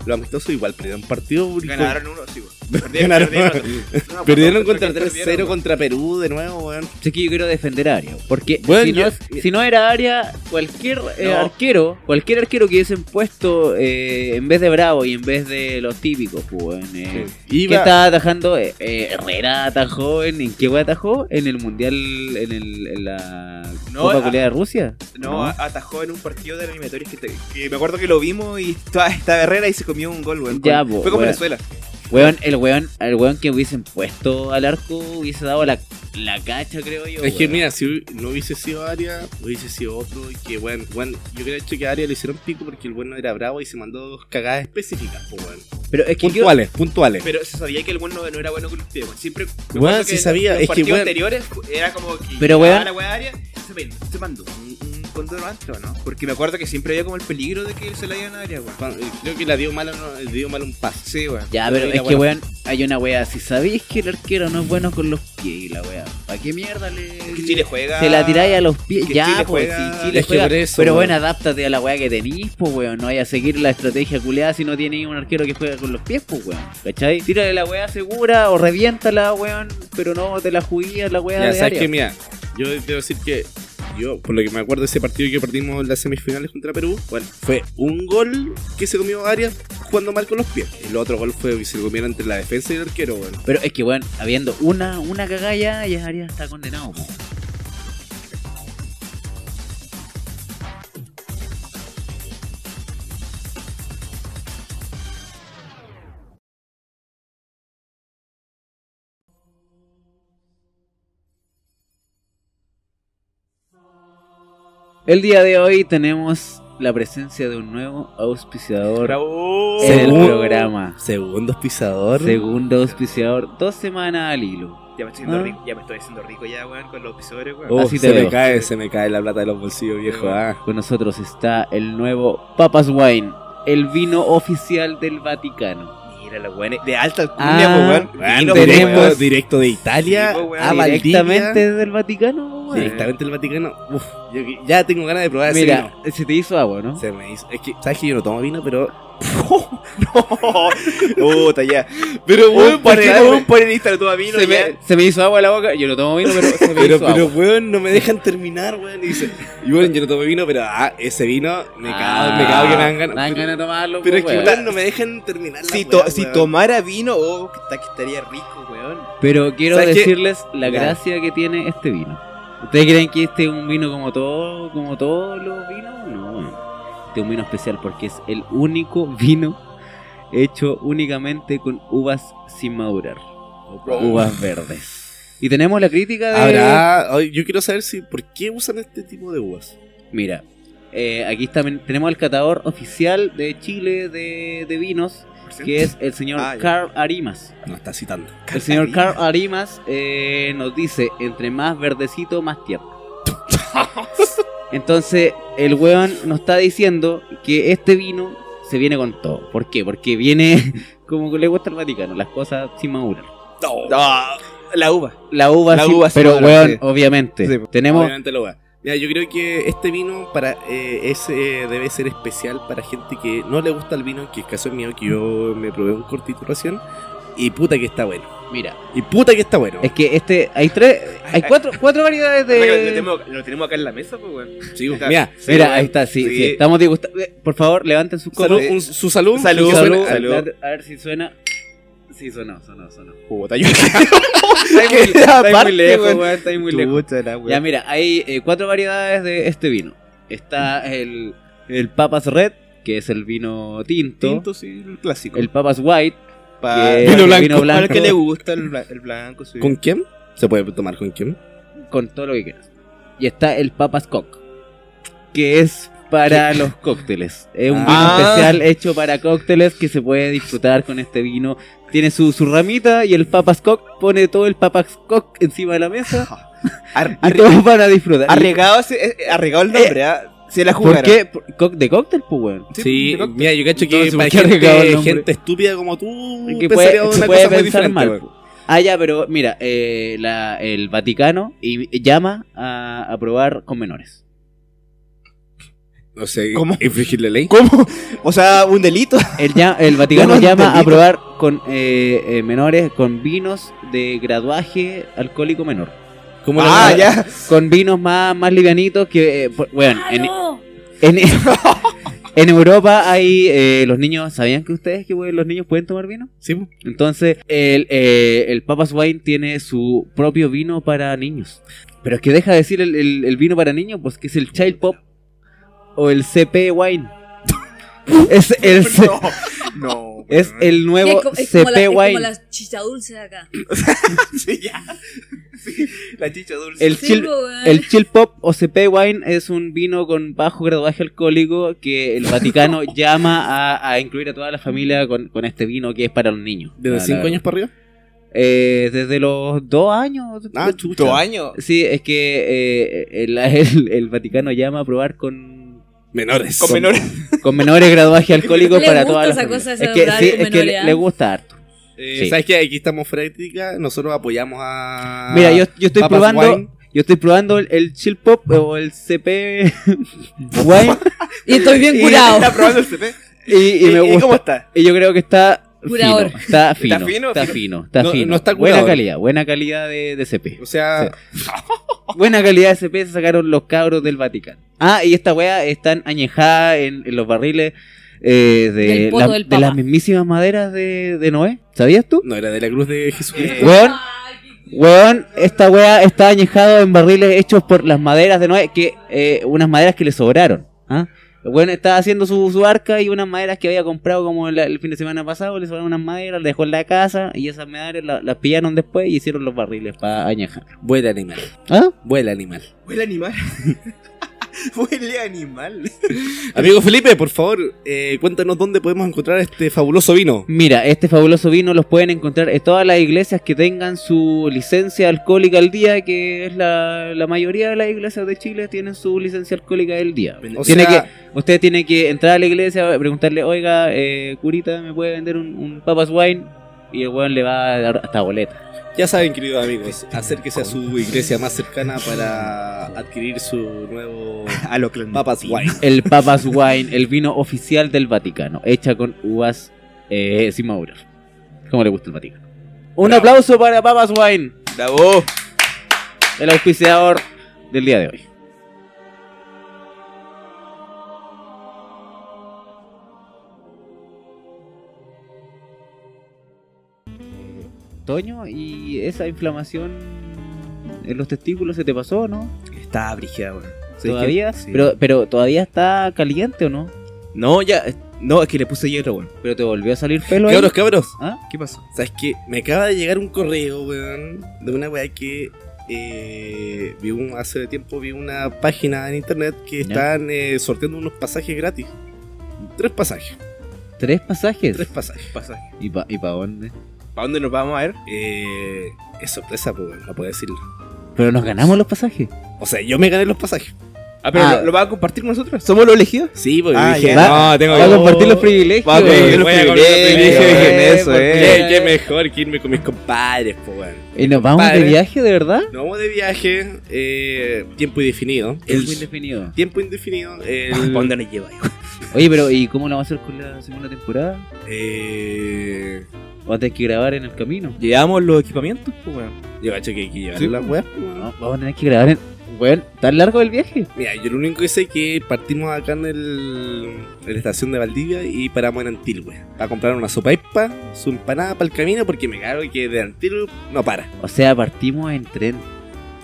Speaker 1: los amistosos igual, perdieron partido con-
Speaker 3: Ganaron uno, sí,
Speaker 1: [laughs]
Speaker 3: weón.
Speaker 1: Ganaron.
Speaker 3: otro. No,
Speaker 1: Perdieron
Speaker 3: pues,
Speaker 1: contra
Speaker 3: perdieron,
Speaker 1: 3-0
Speaker 3: weón.
Speaker 1: contra Perú de nuevo, weón.
Speaker 2: Sé que yo quiero defender a Aria, porque
Speaker 1: Bueno,
Speaker 2: si, no,
Speaker 1: yo-
Speaker 2: es- si no era Aria, cualquier eh,
Speaker 3: No.
Speaker 2: arquero, cualquier arquero que hubiesen puesto eh, en vez de Bravo y en vez de los típicos, pues, weón, eh, ¿Qué
Speaker 1: Iba,
Speaker 2: estaba atajando? Eh, eh, Herrera atajó en, ¿en qué wea atajó? ¿En el mundial, en, el, en la
Speaker 3: No,
Speaker 2: Copa
Speaker 3: a-
Speaker 2: Culea de Rusia?
Speaker 3: No, a- atajó en un partido de eliminatorios que, te- que me acuerdo que lo vimos y estaba esta Herrera y se comió un gol, weón.
Speaker 2: Ya,
Speaker 3: Con-
Speaker 2: po,
Speaker 3: Fue con
Speaker 2: weón.
Speaker 3: Venezuela.
Speaker 2: Weón, el weón, el weón que hubiesen puesto al arco hubiese dado la, la cacha, creo yo.
Speaker 1: es que
Speaker 2: weón.
Speaker 1: mira, si hu- no hubiese sido Aria, hubiese sido otro. Y que, weón, weón, yo creo que a Aria le hicieron pico porque el weón no era bravo y se mandó dos cagadas específicas, pues weón.
Speaker 2: Pero es que yo-
Speaker 1: Puntuales, puntuales.
Speaker 3: Pero se sabía que el weón no, no era bueno con el pie, weón. Siempre. me
Speaker 1: Weón,
Speaker 3: acuerdo
Speaker 1: sí
Speaker 3: que en
Speaker 1: sabía,
Speaker 3: Los
Speaker 1: es que,
Speaker 3: partidos
Speaker 1: weón-
Speaker 3: anteriores fu- era como que.
Speaker 2: Pero,
Speaker 3: llegaba
Speaker 2: weón-
Speaker 3: la weá área, se, men- se mandó un, un control antes, ¿o ¿no? Porque me acuerdo que siempre había como el peligro de que se la dieran a área, weón.
Speaker 1: Cuando- eh, Creo que la dio mal, a- dio mal un paso.
Speaker 3: Sí, weón.
Speaker 2: Ya,
Speaker 1: Pero
Speaker 2: pero
Speaker 1: y la
Speaker 2: es que
Speaker 1: wea-
Speaker 2: weón, hay una wea, si sabéis que el arquero no es bueno con los pies y la wea, ¿para qué mierda le...?
Speaker 3: Que Chile juega.
Speaker 2: Se la tiráis a los pies,
Speaker 3: que
Speaker 2: ya,
Speaker 3: Chile
Speaker 2: pues,
Speaker 3: juega-
Speaker 2: si Chile
Speaker 1: Es que
Speaker 2: juega,
Speaker 1: por eso,
Speaker 2: pero
Speaker 1: weón.
Speaker 2: bueno, adáptate a la weá que tenís, pues, weón, no vayas a seguir la estrategia culeada si no tienes un arquero que juega con los pies, pues, weón, ¿cachai? Tírale la weá segura o reviéntala, weón, pero no te la juguías la weá
Speaker 1: Ya,
Speaker 2: de
Speaker 1: sabes
Speaker 2: área.
Speaker 1: que, mira, yo debo decir que yo, por lo que me acuerdo de ese partido que perdimos en las semifinales contra Perú, bueno, fue un gol que se comió Arias jugando mal con los pies. El otro gol fue que se comieron entre la defensa y el arquero, bueno.
Speaker 2: Pero es que, weón, habiendo una, una cagada ya, ya Arias está condenado, po. El día de hoy tenemos la presencia de un nuevo auspiciador
Speaker 3: Bravo.
Speaker 2: en el
Speaker 1: Según-
Speaker 2: programa.
Speaker 1: Segundo pisador.
Speaker 2: Segundo auspiciador, dos semanas al hilo.
Speaker 3: Ya me estoy haciendo
Speaker 2: Ah.
Speaker 3: rico, ya me estoy haciendo rico ya, weón, con los episodios, weón.
Speaker 2: Oh,
Speaker 1: Oh,
Speaker 2: Así te
Speaker 1: se
Speaker 2: veo.
Speaker 1: me cae, se me cae la plata de los bolsillos, viejo. Ah.
Speaker 2: Con nosotros está el nuevo Papas Wine, el vino oficial del Vaticano.
Speaker 3: Mira los weones. De alta
Speaker 2: Ah,
Speaker 3: alcurnia, pues, weón.
Speaker 1: Bueno,
Speaker 2: tenemos-
Speaker 3: Vino, [laughs]
Speaker 1: directo,
Speaker 3: weón.
Speaker 1: directo de Italia
Speaker 3: Sí, pues, weón.
Speaker 1: a Valdivia.
Speaker 2: Directamente desde el Vaticano. weón.
Speaker 1: Directamente el Vaticano. Uf, yo que- ya tengo ganas de probar ese
Speaker 2: Mira,
Speaker 1: vino.
Speaker 2: se te hizo agua, ¿no?
Speaker 1: Se me hizo. Es que, ¿sabes que yo no tomo vino? Pero.
Speaker 3: Oh, Puta, ya. Pero, weón, ¿por qué un panelista lo toma vino?
Speaker 2: Se
Speaker 3: ya?
Speaker 2: me, se me hizo agua la boca. Yo no tomo vino, pero se me
Speaker 1: Pero,
Speaker 2: hizo
Speaker 1: pero,
Speaker 2: agua.
Speaker 1: weón, no me [laughs] dejan terminar, weón. Y
Speaker 3: [laughs]
Speaker 1: dice, y bueno, ah, yo no tomo vino, pero ah, ese vino, me cago, me cago que Ah, me dan ganas.
Speaker 2: Ah, Me dan
Speaker 1: Pero-
Speaker 2: ganas de tomarlo.
Speaker 1: Pero es
Speaker 2: pues,
Speaker 1: que,
Speaker 2: weón.
Speaker 1: weón, no me dejan terminar. la
Speaker 3: Si,
Speaker 1: weá,
Speaker 3: to- si
Speaker 1: weón.
Speaker 3: tomara vino, oh, que está- que estaría rico, weón.
Speaker 2: Pero quiero
Speaker 1: ¿Sabes qué?
Speaker 2: decirles la
Speaker 1: Ya.
Speaker 2: gracia que tiene este vino. ¿Ustedes creen que este es un vino como todo, como todos los vinos? No, bueno. Este es un vino especial porque es el único [laughs] vino hecho únicamente con uvas sin madurar. Uvas verdes. Y tenemos la crítica de...
Speaker 1: Oh. Habrá. ay, Yo quiero saber si. ¿Por qué usan este tipo de uvas?
Speaker 2: Mira, eh, aquí está, tenemos al catador oficial de Chile de, de vinos, que es el señor
Speaker 3: Ah, ya.
Speaker 2: Carl Arimas.
Speaker 1: No está citando.
Speaker 2: El señor
Speaker 3: Arimas.
Speaker 2: Carl Arimas eh, nos dice, entre más verdecito, más
Speaker 3: [laughs]
Speaker 2: tierno. Entonces, el weón nos está diciendo que este vino se viene con todo. ¿Por qué? Porque viene [laughs] como que le gusta al Vaticano, las cosas sin madurar.
Speaker 3: Ah, la uva.
Speaker 2: La uva,
Speaker 3: La
Speaker 2: sin-
Speaker 3: uva sin
Speaker 2: pero
Speaker 3: madurar,
Speaker 2: weón,
Speaker 3: sí.
Speaker 2: obviamente.
Speaker 3: Sí.
Speaker 2: Tenemos...
Speaker 1: Obviamente lo va. Mira, yo creo que este vino para eh, es, eh, debe ser especial para gente que no le gusta el vino, que es caso mío, que yo me probé un cortito recién. Y puta que está bueno.
Speaker 2: Mira,
Speaker 1: Y puta que está bueno.
Speaker 2: es que este... Hay tres... Hay cuatro, cuatro variedades de...
Speaker 5: Eh.
Speaker 3: Lo, tenemos, lo tenemos acá en la mesa, pues, weón.
Speaker 1: Sí,
Speaker 3: Está-
Speaker 1: mira,
Speaker 3: sí,
Speaker 2: Mira,
Speaker 3: weón.
Speaker 2: ahí está, sí,
Speaker 3: Sí.
Speaker 2: sí, estamos disgustados. Eh, Por favor, levanten sus
Speaker 1: salud,
Speaker 2: copas.
Speaker 1: un- su salud.
Speaker 3: Salud,
Speaker 1: su-
Speaker 2: Salud,
Speaker 1: suena-
Speaker 2: salud.
Speaker 1: salud.
Speaker 2: A ver si suena. Sí, sonó, sonó, sonó.
Speaker 1: Puta, yo-
Speaker 2: Está muy,
Speaker 3: Aparte,
Speaker 2: lejos,
Speaker 3: weón.
Speaker 2: weón, está muy lejos.
Speaker 3: Puta la weón.
Speaker 2: Ya, mira, hay eh, cuatro variedades de este vino. Está el, el Papas Red, que es el vino tinto.
Speaker 3: Tinto, sí, el clásico.
Speaker 2: El Papas White,
Speaker 3: Pa-
Speaker 2: que es el vino blanco.
Speaker 3: Para el que le gusta el, bla- el blanco, sí.
Speaker 1: ¿Con quién? ¿Se puede tomar con quién?
Speaker 2: con todo lo que quieras. Y está el Papas Cock, que es para los cócteles. Es un
Speaker 1: Ah.
Speaker 2: vino especial hecho para cócteles que se puede disfrutar con este vino. Tiene su, su ramita y el Papas Cock pone todo el Papas Cock encima de la mesa.
Speaker 3: [laughs] Ar-
Speaker 2: Y
Speaker 3: ar-
Speaker 2: todos van a disfrutar. Y-
Speaker 3: Arregado, ese- eh, eh, arregado el nombre, ¿ah? Se la
Speaker 2: ¿Por
Speaker 3: jugaron.
Speaker 2: qué? Por- co- ¿De cóctel, pues, weón?
Speaker 1: Sí,
Speaker 3: de cóctel.
Speaker 1: mira, yo cacho que
Speaker 2: Entonces,
Speaker 1: para
Speaker 2: ¿por qué arriesgado el
Speaker 1: gente,
Speaker 2: nombre?
Speaker 1: gente estúpida como tú pensaría
Speaker 2: Que puede,
Speaker 1: una
Speaker 2: se puede
Speaker 1: cosa muy
Speaker 2: pensar
Speaker 1: diferente,
Speaker 2: mal.
Speaker 1: weón.
Speaker 2: po. Ah, ya, pero mira, eh, la- el Vaticano y- llama a, a probar con menores.
Speaker 1: No sé,
Speaker 3: ¿Cómo?
Speaker 1: infringirle ley.
Speaker 3: ¿Cómo? O sea, un delito.
Speaker 2: El, ya-
Speaker 1: [laughs]
Speaker 2: el Vaticano
Speaker 3: no
Speaker 2: llama
Speaker 3: entendí.
Speaker 2: a probar con eh, eh, menores con vinos de graduaje alcohólico menor.
Speaker 1: ¿Cómo lo
Speaker 3: Ah,
Speaker 1: van a-
Speaker 3: ya.
Speaker 2: Con vinos más, más livianitos que, eh, por- weón,
Speaker 5: Ah,
Speaker 1: Ah,
Speaker 2: en,
Speaker 5: ¡Claro!
Speaker 2: en, [laughs] en Europa hay eh, los niños, ¿sabían que ustedes que weón, los niños pueden tomar vino?
Speaker 1: Sí, po.
Speaker 2: Entonces, el, eh, el Papa's Wine tiene su propio vino para niños. Pero es que deja de decir el, el- el vino para niños, pues que es el Child Pop o el CP
Speaker 5: [laughs]
Speaker 2: Wine. es, el,
Speaker 3: [laughs] No, no.
Speaker 2: es el
Speaker 5: Sí,
Speaker 2: nuevo
Speaker 5: es co- es como, la,
Speaker 2: CP
Speaker 5: es como
Speaker 2: Wine.
Speaker 5: la chicha dulce de acá.
Speaker 3: [laughs] Sí, ya. Sí, la chicha dulce.
Speaker 2: El
Speaker 5: Sí,
Speaker 2: Chill,
Speaker 5: po, weón.
Speaker 2: el Chill Pop o CP Wine es un vino con bajo graduaje alcohólico que el
Speaker 1: [laughs]
Speaker 2: Vaticano llama a, a incluir a toda la familia con, con este vino que es para los niños.
Speaker 1: ¿Desde
Speaker 2: Ah,
Speaker 1: 5
Speaker 2: la-
Speaker 1: años para arriba?
Speaker 2: Eh, desde los dos años.
Speaker 1: Ah, chucha.
Speaker 3: ¿Tu año?
Speaker 2: Sí, es que eh, el, el- el Vaticano llama a probar con,
Speaker 1: Menores.
Speaker 3: Con menores.
Speaker 2: con menores graduaje alcohólico
Speaker 5: [laughs] Le
Speaker 2: para
Speaker 5: gusta
Speaker 2: todas las
Speaker 5: esa
Speaker 2: familias.
Speaker 5: cosa, ese
Speaker 2: es que,
Speaker 5: hablar
Speaker 2: sí,
Speaker 5: con
Speaker 2: es que
Speaker 5: menores,
Speaker 2: le,
Speaker 5: ¿ah?
Speaker 2: le gusta harto.
Speaker 1: Eh,
Speaker 2: Sí.
Speaker 1: ¿Sabes qué? Aquí estamos práctica. Nosotros apoyamos a.
Speaker 2: Mira, yo, yo estoy
Speaker 1: Ah, Papas
Speaker 2: probando
Speaker 1: Wine.
Speaker 2: yo estoy probando el, el chill pop o
Speaker 1: [laughs]
Speaker 2: el CP wine
Speaker 5: Y estoy bien curado.
Speaker 3: ¿Está probando el CP?
Speaker 2: y, y me gusta.
Speaker 3: Eh, cómo está?
Speaker 2: Y yo creo que está fino,
Speaker 5: Curador.
Speaker 2: está fino, está
Speaker 3: fino?
Speaker 2: fino, está fino, está
Speaker 1: No-
Speaker 2: fino.
Speaker 1: no está
Speaker 2: buena
Speaker 1: curador.
Speaker 2: calidad, buena calidad de,
Speaker 1: [laughs]
Speaker 2: de CP.
Speaker 1: O sea,
Speaker 2: Buena calidad de CP se sacaron los cabros del Vaticano. Ah, y esta weá están añejada en, en los barriles eh, de,
Speaker 5: Del poto
Speaker 2: la-
Speaker 5: del
Speaker 2: de
Speaker 5: Papa.
Speaker 2: las mismísimas maderas de, de Noé. ¿Sabías tú?
Speaker 1: no era de la cruz de Jesucristo.
Speaker 2: Weón,
Speaker 5: Ay, qué-
Speaker 2: weón, esta weá está añejada en barriles hechos por las maderas de Noé, que eh, unas maderas que le sobraron. ¿ah? El Weón estaba haciendo su, su arca y unas maderas que había comprado como la- el fin de semana pasado, le sobraron unas maderas, las dejó en la casa y esas maderas la- las pillaron después y hicieron los barriles para añejar.
Speaker 1: Vuela animal.
Speaker 2: ¿Ah?
Speaker 1: Vuela animal.
Speaker 3: Huele animal. [laughs] Huele animal.
Speaker 1: Amigo Felipe, por favor, eh, cuéntanos dónde podemos encontrar este fabuloso vino.
Speaker 2: Mira, este fabuloso vino los pueden encontrar en todas las iglesias que tengan su licencia alcohólica al día, que es la, la mayoría de las iglesias de Chile tienen su licencia alcohólica del día.
Speaker 1: O
Speaker 2: tiene
Speaker 1: sea-
Speaker 2: que, usted tiene que entrar a la iglesia, preguntarle, oiga, eh, curita, ¿me puede vender un, un papas wine? Y el weón le va a dar hasta boleta.
Speaker 1: Ya saben, queridos amigos, acérquese a su iglesia más cercana para adquirir su nuevo
Speaker 3: [laughs] A lo clandestino.
Speaker 1: Papas Wine.
Speaker 2: El Papas Wine, el vino oficial del Vaticano, hecha con uvas eh, sin madurar. ¿Cómo le gusta el Vaticano? Un aplauso para Papas Wine,
Speaker 3: ¡Bravo!
Speaker 2: el auspiciador del día de hoy. Toño, ¿y esa inflamación en los testículos se te pasó, no?
Speaker 3: Está abrigada, weón. ¿Sabes qué?
Speaker 2: ¿Todavía?
Speaker 3: Sí.
Speaker 2: Pero, pero todavía está caliente o no?
Speaker 3: No, ya. eh, No, es que le puse hierro, weón.
Speaker 2: Pero te volvió a salir pelo ahí?
Speaker 1: Cabros, cabros.
Speaker 2: ¿Ah?
Speaker 3: ¿Qué pasó?
Speaker 1: ¿Sabes qué? Me acaba de llegar un correo, weón, de una weá que eh, vi un- hace tiempo vi una página en internet que
Speaker 2: Ya.
Speaker 1: están eh, sorteando unos pasajes gratis. Tres pasajes,
Speaker 2: ¿Tres pasajes?
Speaker 1: tres pasajes.
Speaker 3: Pasaje.
Speaker 2: ¿Y para dónde?
Speaker 3: ¿Para dónde nos vamos a ver?
Speaker 1: Eh, es sorpresa, pues, weón, no puedo decirlo.
Speaker 2: Pero nos ganamos los pasajes.
Speaker 1: O sea, yo me gané los pasajes.
Speaker 3: Ah, pero
Speaker 2: Ah.
Speaker 3: ¿lo, lo vas a compartir con nosotros? ¿Somos los elegidos?
Speaker 1: Sí, porque
Speaker 3: Ah,
Speaker 1: dije,
Speaker 3: ya.
Speaker 2: Va-
Speaker 1: no, tengo
Speaker 2: Va a
Speaker 1: que...
Speaker 2: compartir los privilegios.
Speaker 3: Va a compartir los
Speaker 1: voy a comer
Speaker 3: privilegios
Speaker 2: privilegios,
Speaker 3: en eso,
Speaker 2: porque-
Speaker 3: eh.
Speaker 1: Qué- qué mejor que irme con mis compadres, pues, weón.
Speaker 2: ¿Y nos vamos de
Speaker 1: Padre.
Speaker 2: viaje, de verdad?
Speaker 1: Nos vamos de viaje, eh, tiempo indefinido.
Speaker 2: Es muy definido.
Speaker 1: Tiempo indefinido.
Speaker 2: [laughs]
Speaker 3: ¿Para
Speaker 1: El,
Speaker 3: dónde nos lleva, hijo?
Speaker 2: Oye, pero ¿y cómo lo vamos a hacer con la segunda temporada?
Speaker 1: eh,
Speaker 2: ¿O a tener que grabar en el camino?
Speaker 3: ¿Llevamos los equipamientos? Pues, weón.
Speaker 1: yo cacho que hay que llevar
Speaker 3: Sí,
Speaker 1: la weá.
Speaker 3: pues.
Speaker 2: No, vamos a tener que grabar en... Bueno, ¿tan largo el viaje?
Speaker 1: Mira, yo lo único que sé es que partimos acá en, el, en la estación de Valdivia y paramos en Antilwe. A comprar una sopa ispa, su empanada para el camino, porque me cago que de Antilwe no para.
Speaker 2: O sea, partimos en tren.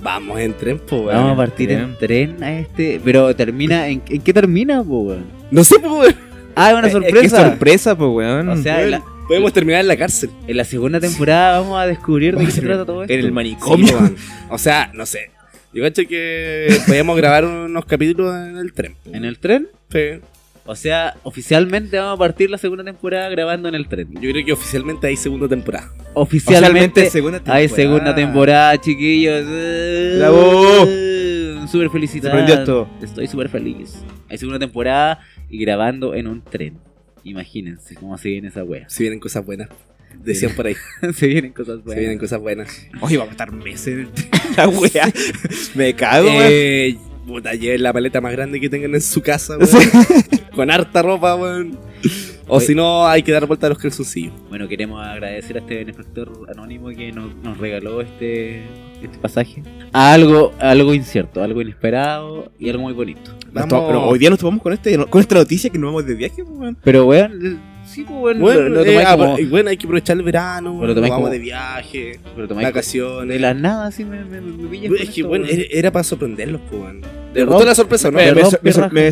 Speaker 1: Vamos en tren, po, weón.
Speaker 2: Vamos a partir en tren a este... Pero termina... ¿En, en qué termina, po, weón?
Speaker 1: No sé, po, weón.
Speaker 2: Ah, es una
Speaker 3: ¡Qué
Speaker 2: sorpresa.
Speaker 3: sorpresa, pues, weón!
Speaker 2: o sea, en la,
Speaker 1: Podemos terminar en la cárcel.
Speaker 2: en la segunda temporada vamos a descubrir de qué se trata todo esto.
Speaker 3: en el
Speaker 1: ¿Cómo?
Speaker 3: manicomio.
Speaker 1: o sea, no sé. Yo cacho que podíamos grabar unos capítulos en el tren. po.
Speaker 2: ¿En el tren?
Speaker 1: Sí.
Speaker 2: O sea, oficialmente vamos a partir la segunda temporada grabando en el tren.
Speaker 1: Yo creo que oficialmente hay segunda temporada.
Speaker 2: Oficialmente,
Speaker 3: segunda
Speaker 2: hay segunda temporada, chiquillos. Eh, Súper
Speaker 3: Se
Speaker 2: felicidad.
Speaker 3: prendió esto.
Speaker 2: Estoy súper feliz. Hay segunda temporada y grabando en un tren. Imagínense cómo se viene esa wea. [laughs]
Speaker 1: Si vienen cosas buenas. Decían por ahí.
Speaker 2: se vienen cosas
Speaker 1: Se vienen
Speaker 2: buenas.
Speaker 1: cosas buenas.
Speaker 3: Hoy vamos a estar meses en el tren.
Speaker 2: [laughs]
Speaker 3: La weá. Me cago, weón.
Speaker 1: Eh, puta, lleven la paleta más grande que tengan en su
Speaker 2: [laughs]
Speaker 1: casa, weón. Con harta ropa, weón. O
Speaker 2: Oye.
Speaker 1: si no, hay que dar vuelta a los calzoncillos.
Speaker 2: Bueno, queremos agradecer a este benefactor anónimo que nos, nos regaló este, este pasaje. Algo, algo incierto, algo inesperado y algo muy bonito.
Speaker 3: Nos to-
Speaker 1: Vamos.
Speaker 3: pero hoy día nos tomamos con, este, con esta noticia que nos vamos de viaje, pues, weón.
Speaker 2: Pero, weón, sí, pues, weón,
Speaker 1: Bueno,
Speaker 2: lo, lo
Speaker 1: eh,
Speaker 2: tomáis
Speaker 1: ah,
Speaker 2: como,
Speaker 1: y bueno, hay que aprovechar el verano,
Speaker 2: Pero lo
Speaker 1: nos
Speaker 2: tomáis
Speaker 1: vamos
Speaker 2: como-
Speaker 1: de viaje,
Speaker 2: lo tomáis como-
Speaker 1: vacaciones.
Speaker 2: de la nada, así me, me, me
Speaker 1: Weón,
Speaker 2: pillas con
Speaker 1: Es que,
Speaker 2: esto,
Speaker 1: bueno,
Speaker 2: weón.
Speaker 1: era, era para sorprenderlos, pues, weón. ¿Te
Speaker 2: Perdón.
Speaker 1: gustó la sorpresa, no?
Speaker 2: Me- me-
Speaker 3: sor- sor-
Speaker 2: raja.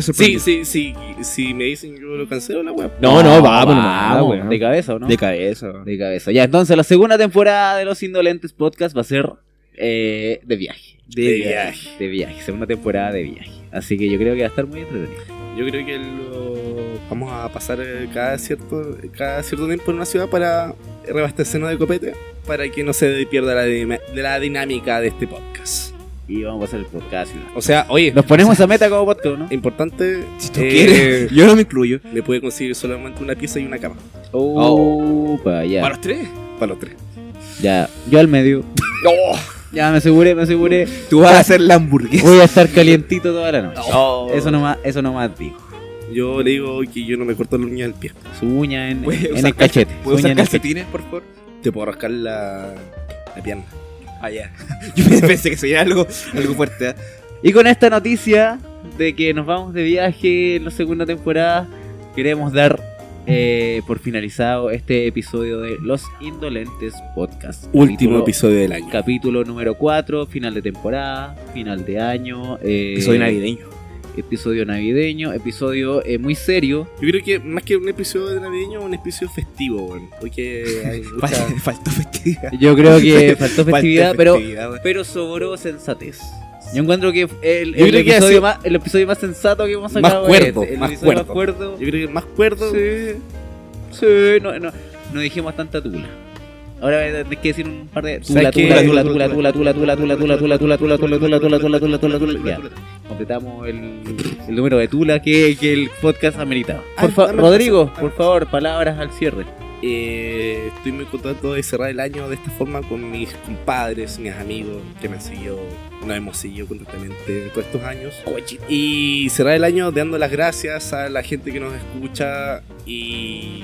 Speaker 1: Sí,
Speaker 3: sorprendió.
Speaker 1: sí, sí. Si me dicen yo lo cancelo, la weón.
Speaker 3: No, no, vamos, vamos,
Speaker 2: de cabeza, ¿o no?
Speaker 3: De cabeza, weón.
Speaker 2: De cabeza. Ya, entonces la segunda temporada de Los Indolentes Podcast va a ser eh, de viaje.
Speaker 3: De
Speaker 1: viaje.
Speaker 2: De viaje, segunda temporada de viaje. Así que yo creo que va a estar muy entretenido.
Speaker 1: Yo creo que lo vamos a pasar eh, cada cierto, cada cierto tiempo en una ciudad para reabastecernos de copete, para que no se pierda la, dima- de la dinámica de este podcast.
Speaker 2: Y vamos a hacer el podcast. ¿no?
Speaker 1: O sea, oye,
Speaker 2: Nos ponemos a meta como podcast, ¿no?
Speaker 1: importante,
Speaker 3: Si tú
Speaker 1: eh, [laughs]
Speaker 3: quieres, yo no me incluyo.
Speaker 1: le puede conseguir solamente una pieza y una cama,
Speaker 2: Oh, pa, ya.
Speaker 3: los tres?
Speaker 1: para los tres.
Speaker 2: Ya, yo al medio. Ya, me aseguré, me aseguré.
Speaker 3: Tú vas a hacer la hamburguesa.
Speaker 2: Voy a estar calientito toda la noche.
Speaker 1: Oh.
Speaker 2: Eso nomás, eso nomás digo.
Speaker 1: Yo le digo que yo no me corto la uña del pie.
Speaker 2: Su uña en,
Speaker 3: Voy a
Speaker 2: en
Speaker 3: usar
Speaker 2: el cachete. Su
Speaker 3: ¿Puedo
Speaker 2: uña
Speaker 3: usar
Speaker 2: en el cachete.
Speaker 3: calcetines, por favor?
Speaker 1: Te puedo rascar la, la pierna.
Speaker 3: Ah, ya. [laughs] Yo pensé que sería algo, algo fuerte. ¿eh?
Speaker 2: Y con esta noticia de que nos vamos de viaje en la segunda temporada, queremos dar eh, por finalizado este episodio de Los Indolentes Podcast.
Speaker 1: Último
Speaker 2: Capítulo-
Speaker 1: episodio del año.
Speaker 2: Capítulo número 4, final de temporada, final de año. eh,
Speaker 3: Soy navideño.
Speaker 2: Episodio navideño, episodio eh, muy serio.
Speaker 1: Yo creo que más que un episodio de navideño, un episodio festivo, weón. Porque
Speaker 3: [laughs]
Speaker 1: hay mucha-
Speaker 3: Fal- Faltó festividad.
Speaker 2: Yo creo que [laughs] faltó
Speaker 3: Faltó
Speaker 2: festividad, pero,
Speaker 3: festividad, weón.
Speaker 2: pero sobró sensatez. Yo encuentro que el,
Speaker 1: Yo creo
Speaker 2: el
Speaker 1: que
Speaker 2: episodio
Speaker 1: así-
Speaker 2: más, el episodio más sensato que
Speaker 1: Más
Speaker 2: hemos sacado es
Speaker 1: cuerdo,
Speaker 2: este, el
Speaker 1: más
Speaker 2: episodio más
Speaker 1: cuerdo.
Speaker 2: cuerdo.
Speaker 1: Yo creo que más cuerdo.
Speaker 2: Sí, sí, no, no, no dijimos tanta tula. Ahora eh, tenés que decir un par de tula,
Speaker 1: ¿Sabes qué?
Speaker 2: tula, tula, tula, tula, tula, tula, tula, tula, tula, tula, tula, tula, tula, tula, tula, tula, tula, tula. Ya, completamos el, el número de tula que, que el podcast ameritaba. Por
Speaker 1: Ah,
Speaker 2: fa-
Speaker 1: dame el
Speaker 2: Rodrigo,
Speaker 1: paso.
Speaker 2: por favor, palabras al cierre.
Speaker 1: eh, estoy muy contento de cerrar el año de esta forma con mis compadres, mis amigos que me han seguido, nos hemos seguido constantemente todos estos años. Y cerrar el año dando las gracias a la gente que nos escucha y...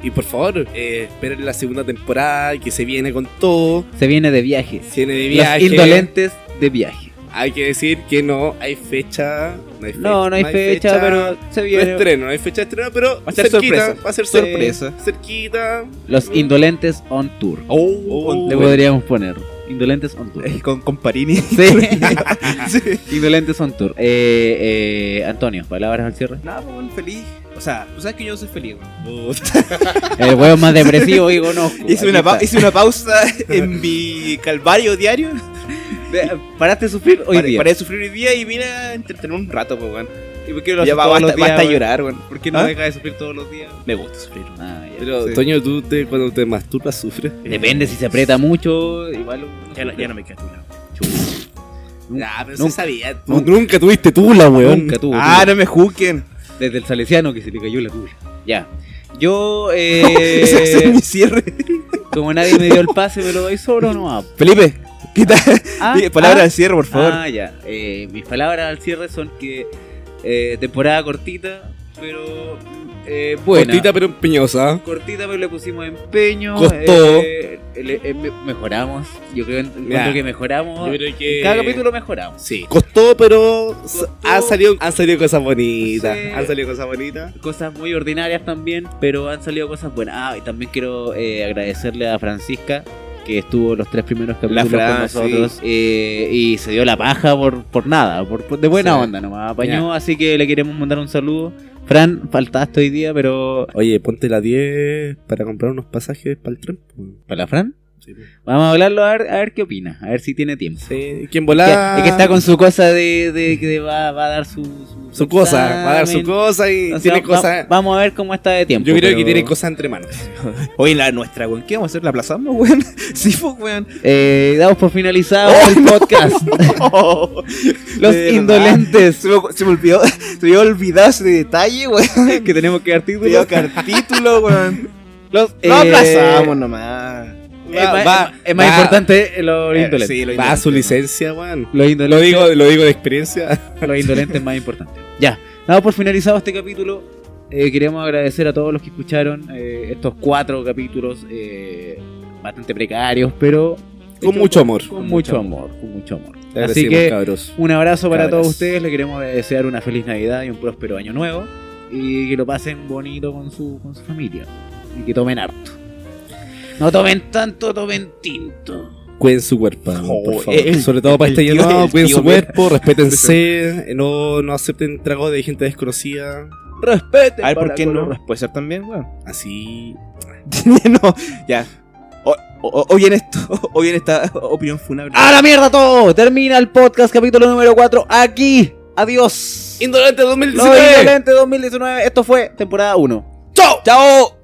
Speaker 1: Y por favor, eh, esperen la segunda temporada que se viene con todo.
Speaker 2: Se viene de viajes.
Speaker 1: Tiene de
Speaker 2: Los
Speaker 1: viaje.
Speaker 2: indolentes de viaje.
Speaker 1: Hay que decir que no hay fecha. No, hay fecha,
Speaker 2: No, no hay fecha, pero se
Speaker 1: No hay
Speaker 2: viene.
Speaker 1: estreno, no hay fecha de estreno, pero
Speaker 3: Va a ser
Speaker 1: cerquita,
Speaker 3: sorpresa.
Speaker 1: Va a ser
Speaker 3: Sí.
Speaker 1: sorpresa. Cerquita.
Speaker 2: Los indolentes on tour.
Speaker 3: Oh,
Speaker 2: Le
Speaker 1: bueno.
Speaker 2: podríamos poner. Indolentes on [laughs] tour.
Speaker 3: eh, con, con [laughs] Parini.
Speaker 2: Sí. Indolentes on tour. Eh, eh, Antonio, palabras al cierre.
Speaker 3: Nada, pues, feliz. O sea, tú sabes que yo soy feliz, weón.
Speaker 2: El huevo más depresivo que [laughs] conozco.
Speaker 3: Hice
Speaker 2: Aquí
Speaker 3: una, pa-
Speaker 2: está.
Speaker 3: hice una [laughs] pausa en mi calvario diario.
Speaker 2: Ve- Paraste de sufrir hoy
Speaker 3: Paré-
Speaker 2: día.
Speaker 3: Paré de sufrir hoy día y vine a entretener un rato, pues, weón.
Speaker 2: ¿Y por qué lo
Speaker 3: Ya
Speaker 2: haces
Speaker 3: va,
Speaker 2: todos
Speaker 3: basta,
Speaker 2: los días,
Speaker 3: basta
Speaker 2: weón?
Speaker 3: llorar, weón. ¿Por qué no
Speaker 2: ¿Ah?
Speaker 3: deja de sufrir todos los días? Me gusta sufrir.
Speaker 2: Ah, ya.
Speaker 1: Pero,
Speaker 3: Sí.
Speaker 1: Toño, tú te- cuando te masturbas sufres.
Speaker 2: Depende si se aprieta mucho. Igual.
Speaker 3: Ya no, ya no me quedo.
Speaker 1: Ah, pero se
Speaker 2: Nunca-
Speaker 1: sabía. tú.
Speaker 4: Nunca tuviste tula, weón.
Speaker 2: Nunca tuvo.
Speaker 3: Ah,
Speaker 2: tuvo.
Speaker 3: no me juzguen.
Speaker 2: Desde el salesiano que se le cayó la tula. Ya. Yo,
Speaker 3: [laughs] Ese es mi
Speaker 2: eh,
Speaker 3: cierre.
Speaker 2: como nadie me dio el pase, me lo doy solo, no. Ah,
Speaker 3: Felipe, ¿qué tal?
Speaker 2: ah,
Speaker 3: Di- Palabra
Speaker 2: ah,
Speaker 3: de cierre, por favor.
Speaker 2: Ah, ya. Eh, mis palabras al cierre son que eh, temporada cortita, pero eh, buena.
Speaker 1: Cortita pero empeñosa.
Speaker 2: Cortita, pero le pusimos empeño.
Speaker 1: Costó.
Speaker 2: eh, le- eh, me- mejoramos. Yo creo encuentro
Speaker 1: Ya.
Speaker 2: que mejoramos.
Speaker 1: Yo creo que.
Speaker 2: En Cada capítulo mejoramos.
Speaker 1: Sí. Costó, pero s-
Speaker 2: Costó.
Speaker 1: Han, salido, han salido cosas bonitas.
Speaker 2: Sí.
Speaker 1: Han salido cosas bonitas.
Speaker 2: Cosas muy ordinarias también, pero han salido cosas buenas. Ah, y también quiero eh, agradecerle a Francisca que estuvo los tres primeros capítulos
Speaker 3: Fran,
Speaker 2: con nosotros eh, y se dio la paja por, por nada, por, por- de buena
Speaker 1: Sí.
Speaker 2: onda nomás. Apañó, así que le queremos mandar un saludo. Fran, faltaste hoy día, pero.
Speaker 1: Oye, ponte la 10 para comprar unos pasajes para el tren. pues.
Speaker 2: ¿Para la Fran?
Speaker 1: Sí. pues.
Speaker 2: Vamos a hablarlo a ver, a ver qué opina, a ver si tiene tiempo.
Speaker 1: Sí. ¿Quién
Speaker 2: Es que-
Speaker 1: volá?
Speaker 2: es que está con su cosa de, de que va, va a dar su, su,
Speaker 1: su cosa. Va a dar su
Speaker 2: examen.
Speaker 1: cosa y
Speaker 2: Entonces,
Speaker 1: tiene
Speaker 2: va-
Speaker 1: cosas.
Speaker 2: Vamos a ver cómo está de tiempo.
Speaker 1: Yo creo que
Speaker 2: pero-
Speaker 1: tiene cosas entre manos.
Speaker 3: Oye, la nuestra, weón. ¿Qué vamos a hacer? ¿La aplazamos, weón? [laughs] Sí, pues, weón.
Speaker 2: Eh, damos por finalizado el
Speaker 1: [laughs]
Speaker 2: podcast. [laughs] Los
Speaker 3: De verdad.
Speaker 2: indolentes.
Speaker 3: Se me, se me olvidó, [laughs] se me había olvidado ese detalle, weón.
Speaker 2: Que tenemos que dar título.
Speaker 3: Cuidado, [laughs] cartítulo, weón.
Speaker 2: Los,
Speaker 3: [laughs] Lo
Speaker 2: eh,
Speaker 3: aplazamos nomás.
Speaker 2: Es
Speaker 1: Va-
Speaker 2: más,
Speaker 1: va-
Speaker 2: es más
Speaker 1: va-
Speaker 2: importante eh, los
Speaker 3: Eh,
Speaker 2: indolentes.
Speaker 3: sí, lo
Speaker 1: Va a
Speaker 3: indolente.
Speaker 1: su licencia, weón.
Speaker 2: Los indolentes.
Speaker 1: Lo digo, lo digo de [laughs] experiencia.
Speaker 2: [laughs] Los indolentes más importantes. Ya. Damos por finalizado este capítulo. Eh, queremos agradecer a todos los que escucharon eh, estos cuatro capítulos eh, bastante precarios, pero
Speaker 1: Con mucho amor.
Speaker 2: con mucho amor, con mucho amor.
Speaker 1: Te
Speaker 2: Así
Speaker 1: agradecemos,
Speaker 2: que
Speaker 1: cabros.
Speaker 2: Un abrazo para
Speaker 1: Cabras.
Speaker 2: todos ustedes, le queremos desear una feliz Navidad y un próspero año nuevo. Y que lo pasen bonito con su, con su familia. Y que tomen harto. No tomen tanto, tomen tinto.
Speaker 1: Cuiden su cuerpo,
Speaker 3: Oh,
Speaker 1: por favor.
Speaker 3: el-
Speaker 1: Sobre todo para
Speaker 3: el
Speaker 1: este
Speaker 3: tío-
Speaker 1: año nuevo,
Speaker 3: el
Speaker 1: cuiden
Speaker 3: tío
Speaker 1: su
Speaker 3: Mer.
Speaker 1: cuerpo, respétense, eh, no, no acepten tragos de gente desconocida.
Speaker 2: Respeten.
Speaker 3: A ver, ¿por qué
Speaker 2: para
Speaker 3: no?
Speaker 2: con los-
Speaker 3: Puede ser también, weón.
Speaker 1: Así.
Speaker 3: no, ya. O, o- o bien esto, [laughs] o bien esta opinión funable.
Speaker 2: ¡A la mierda todo! Termina el podcast capítulo número 4 aquí. Adiós.
Speaker 1: Indolente
Speaker 2: Los
Speaker 1: 2019.
Speaker 2: Indolentes 2019. Esto fue temporada 1.
Speaker 3: ¡Chao! ¡Chao!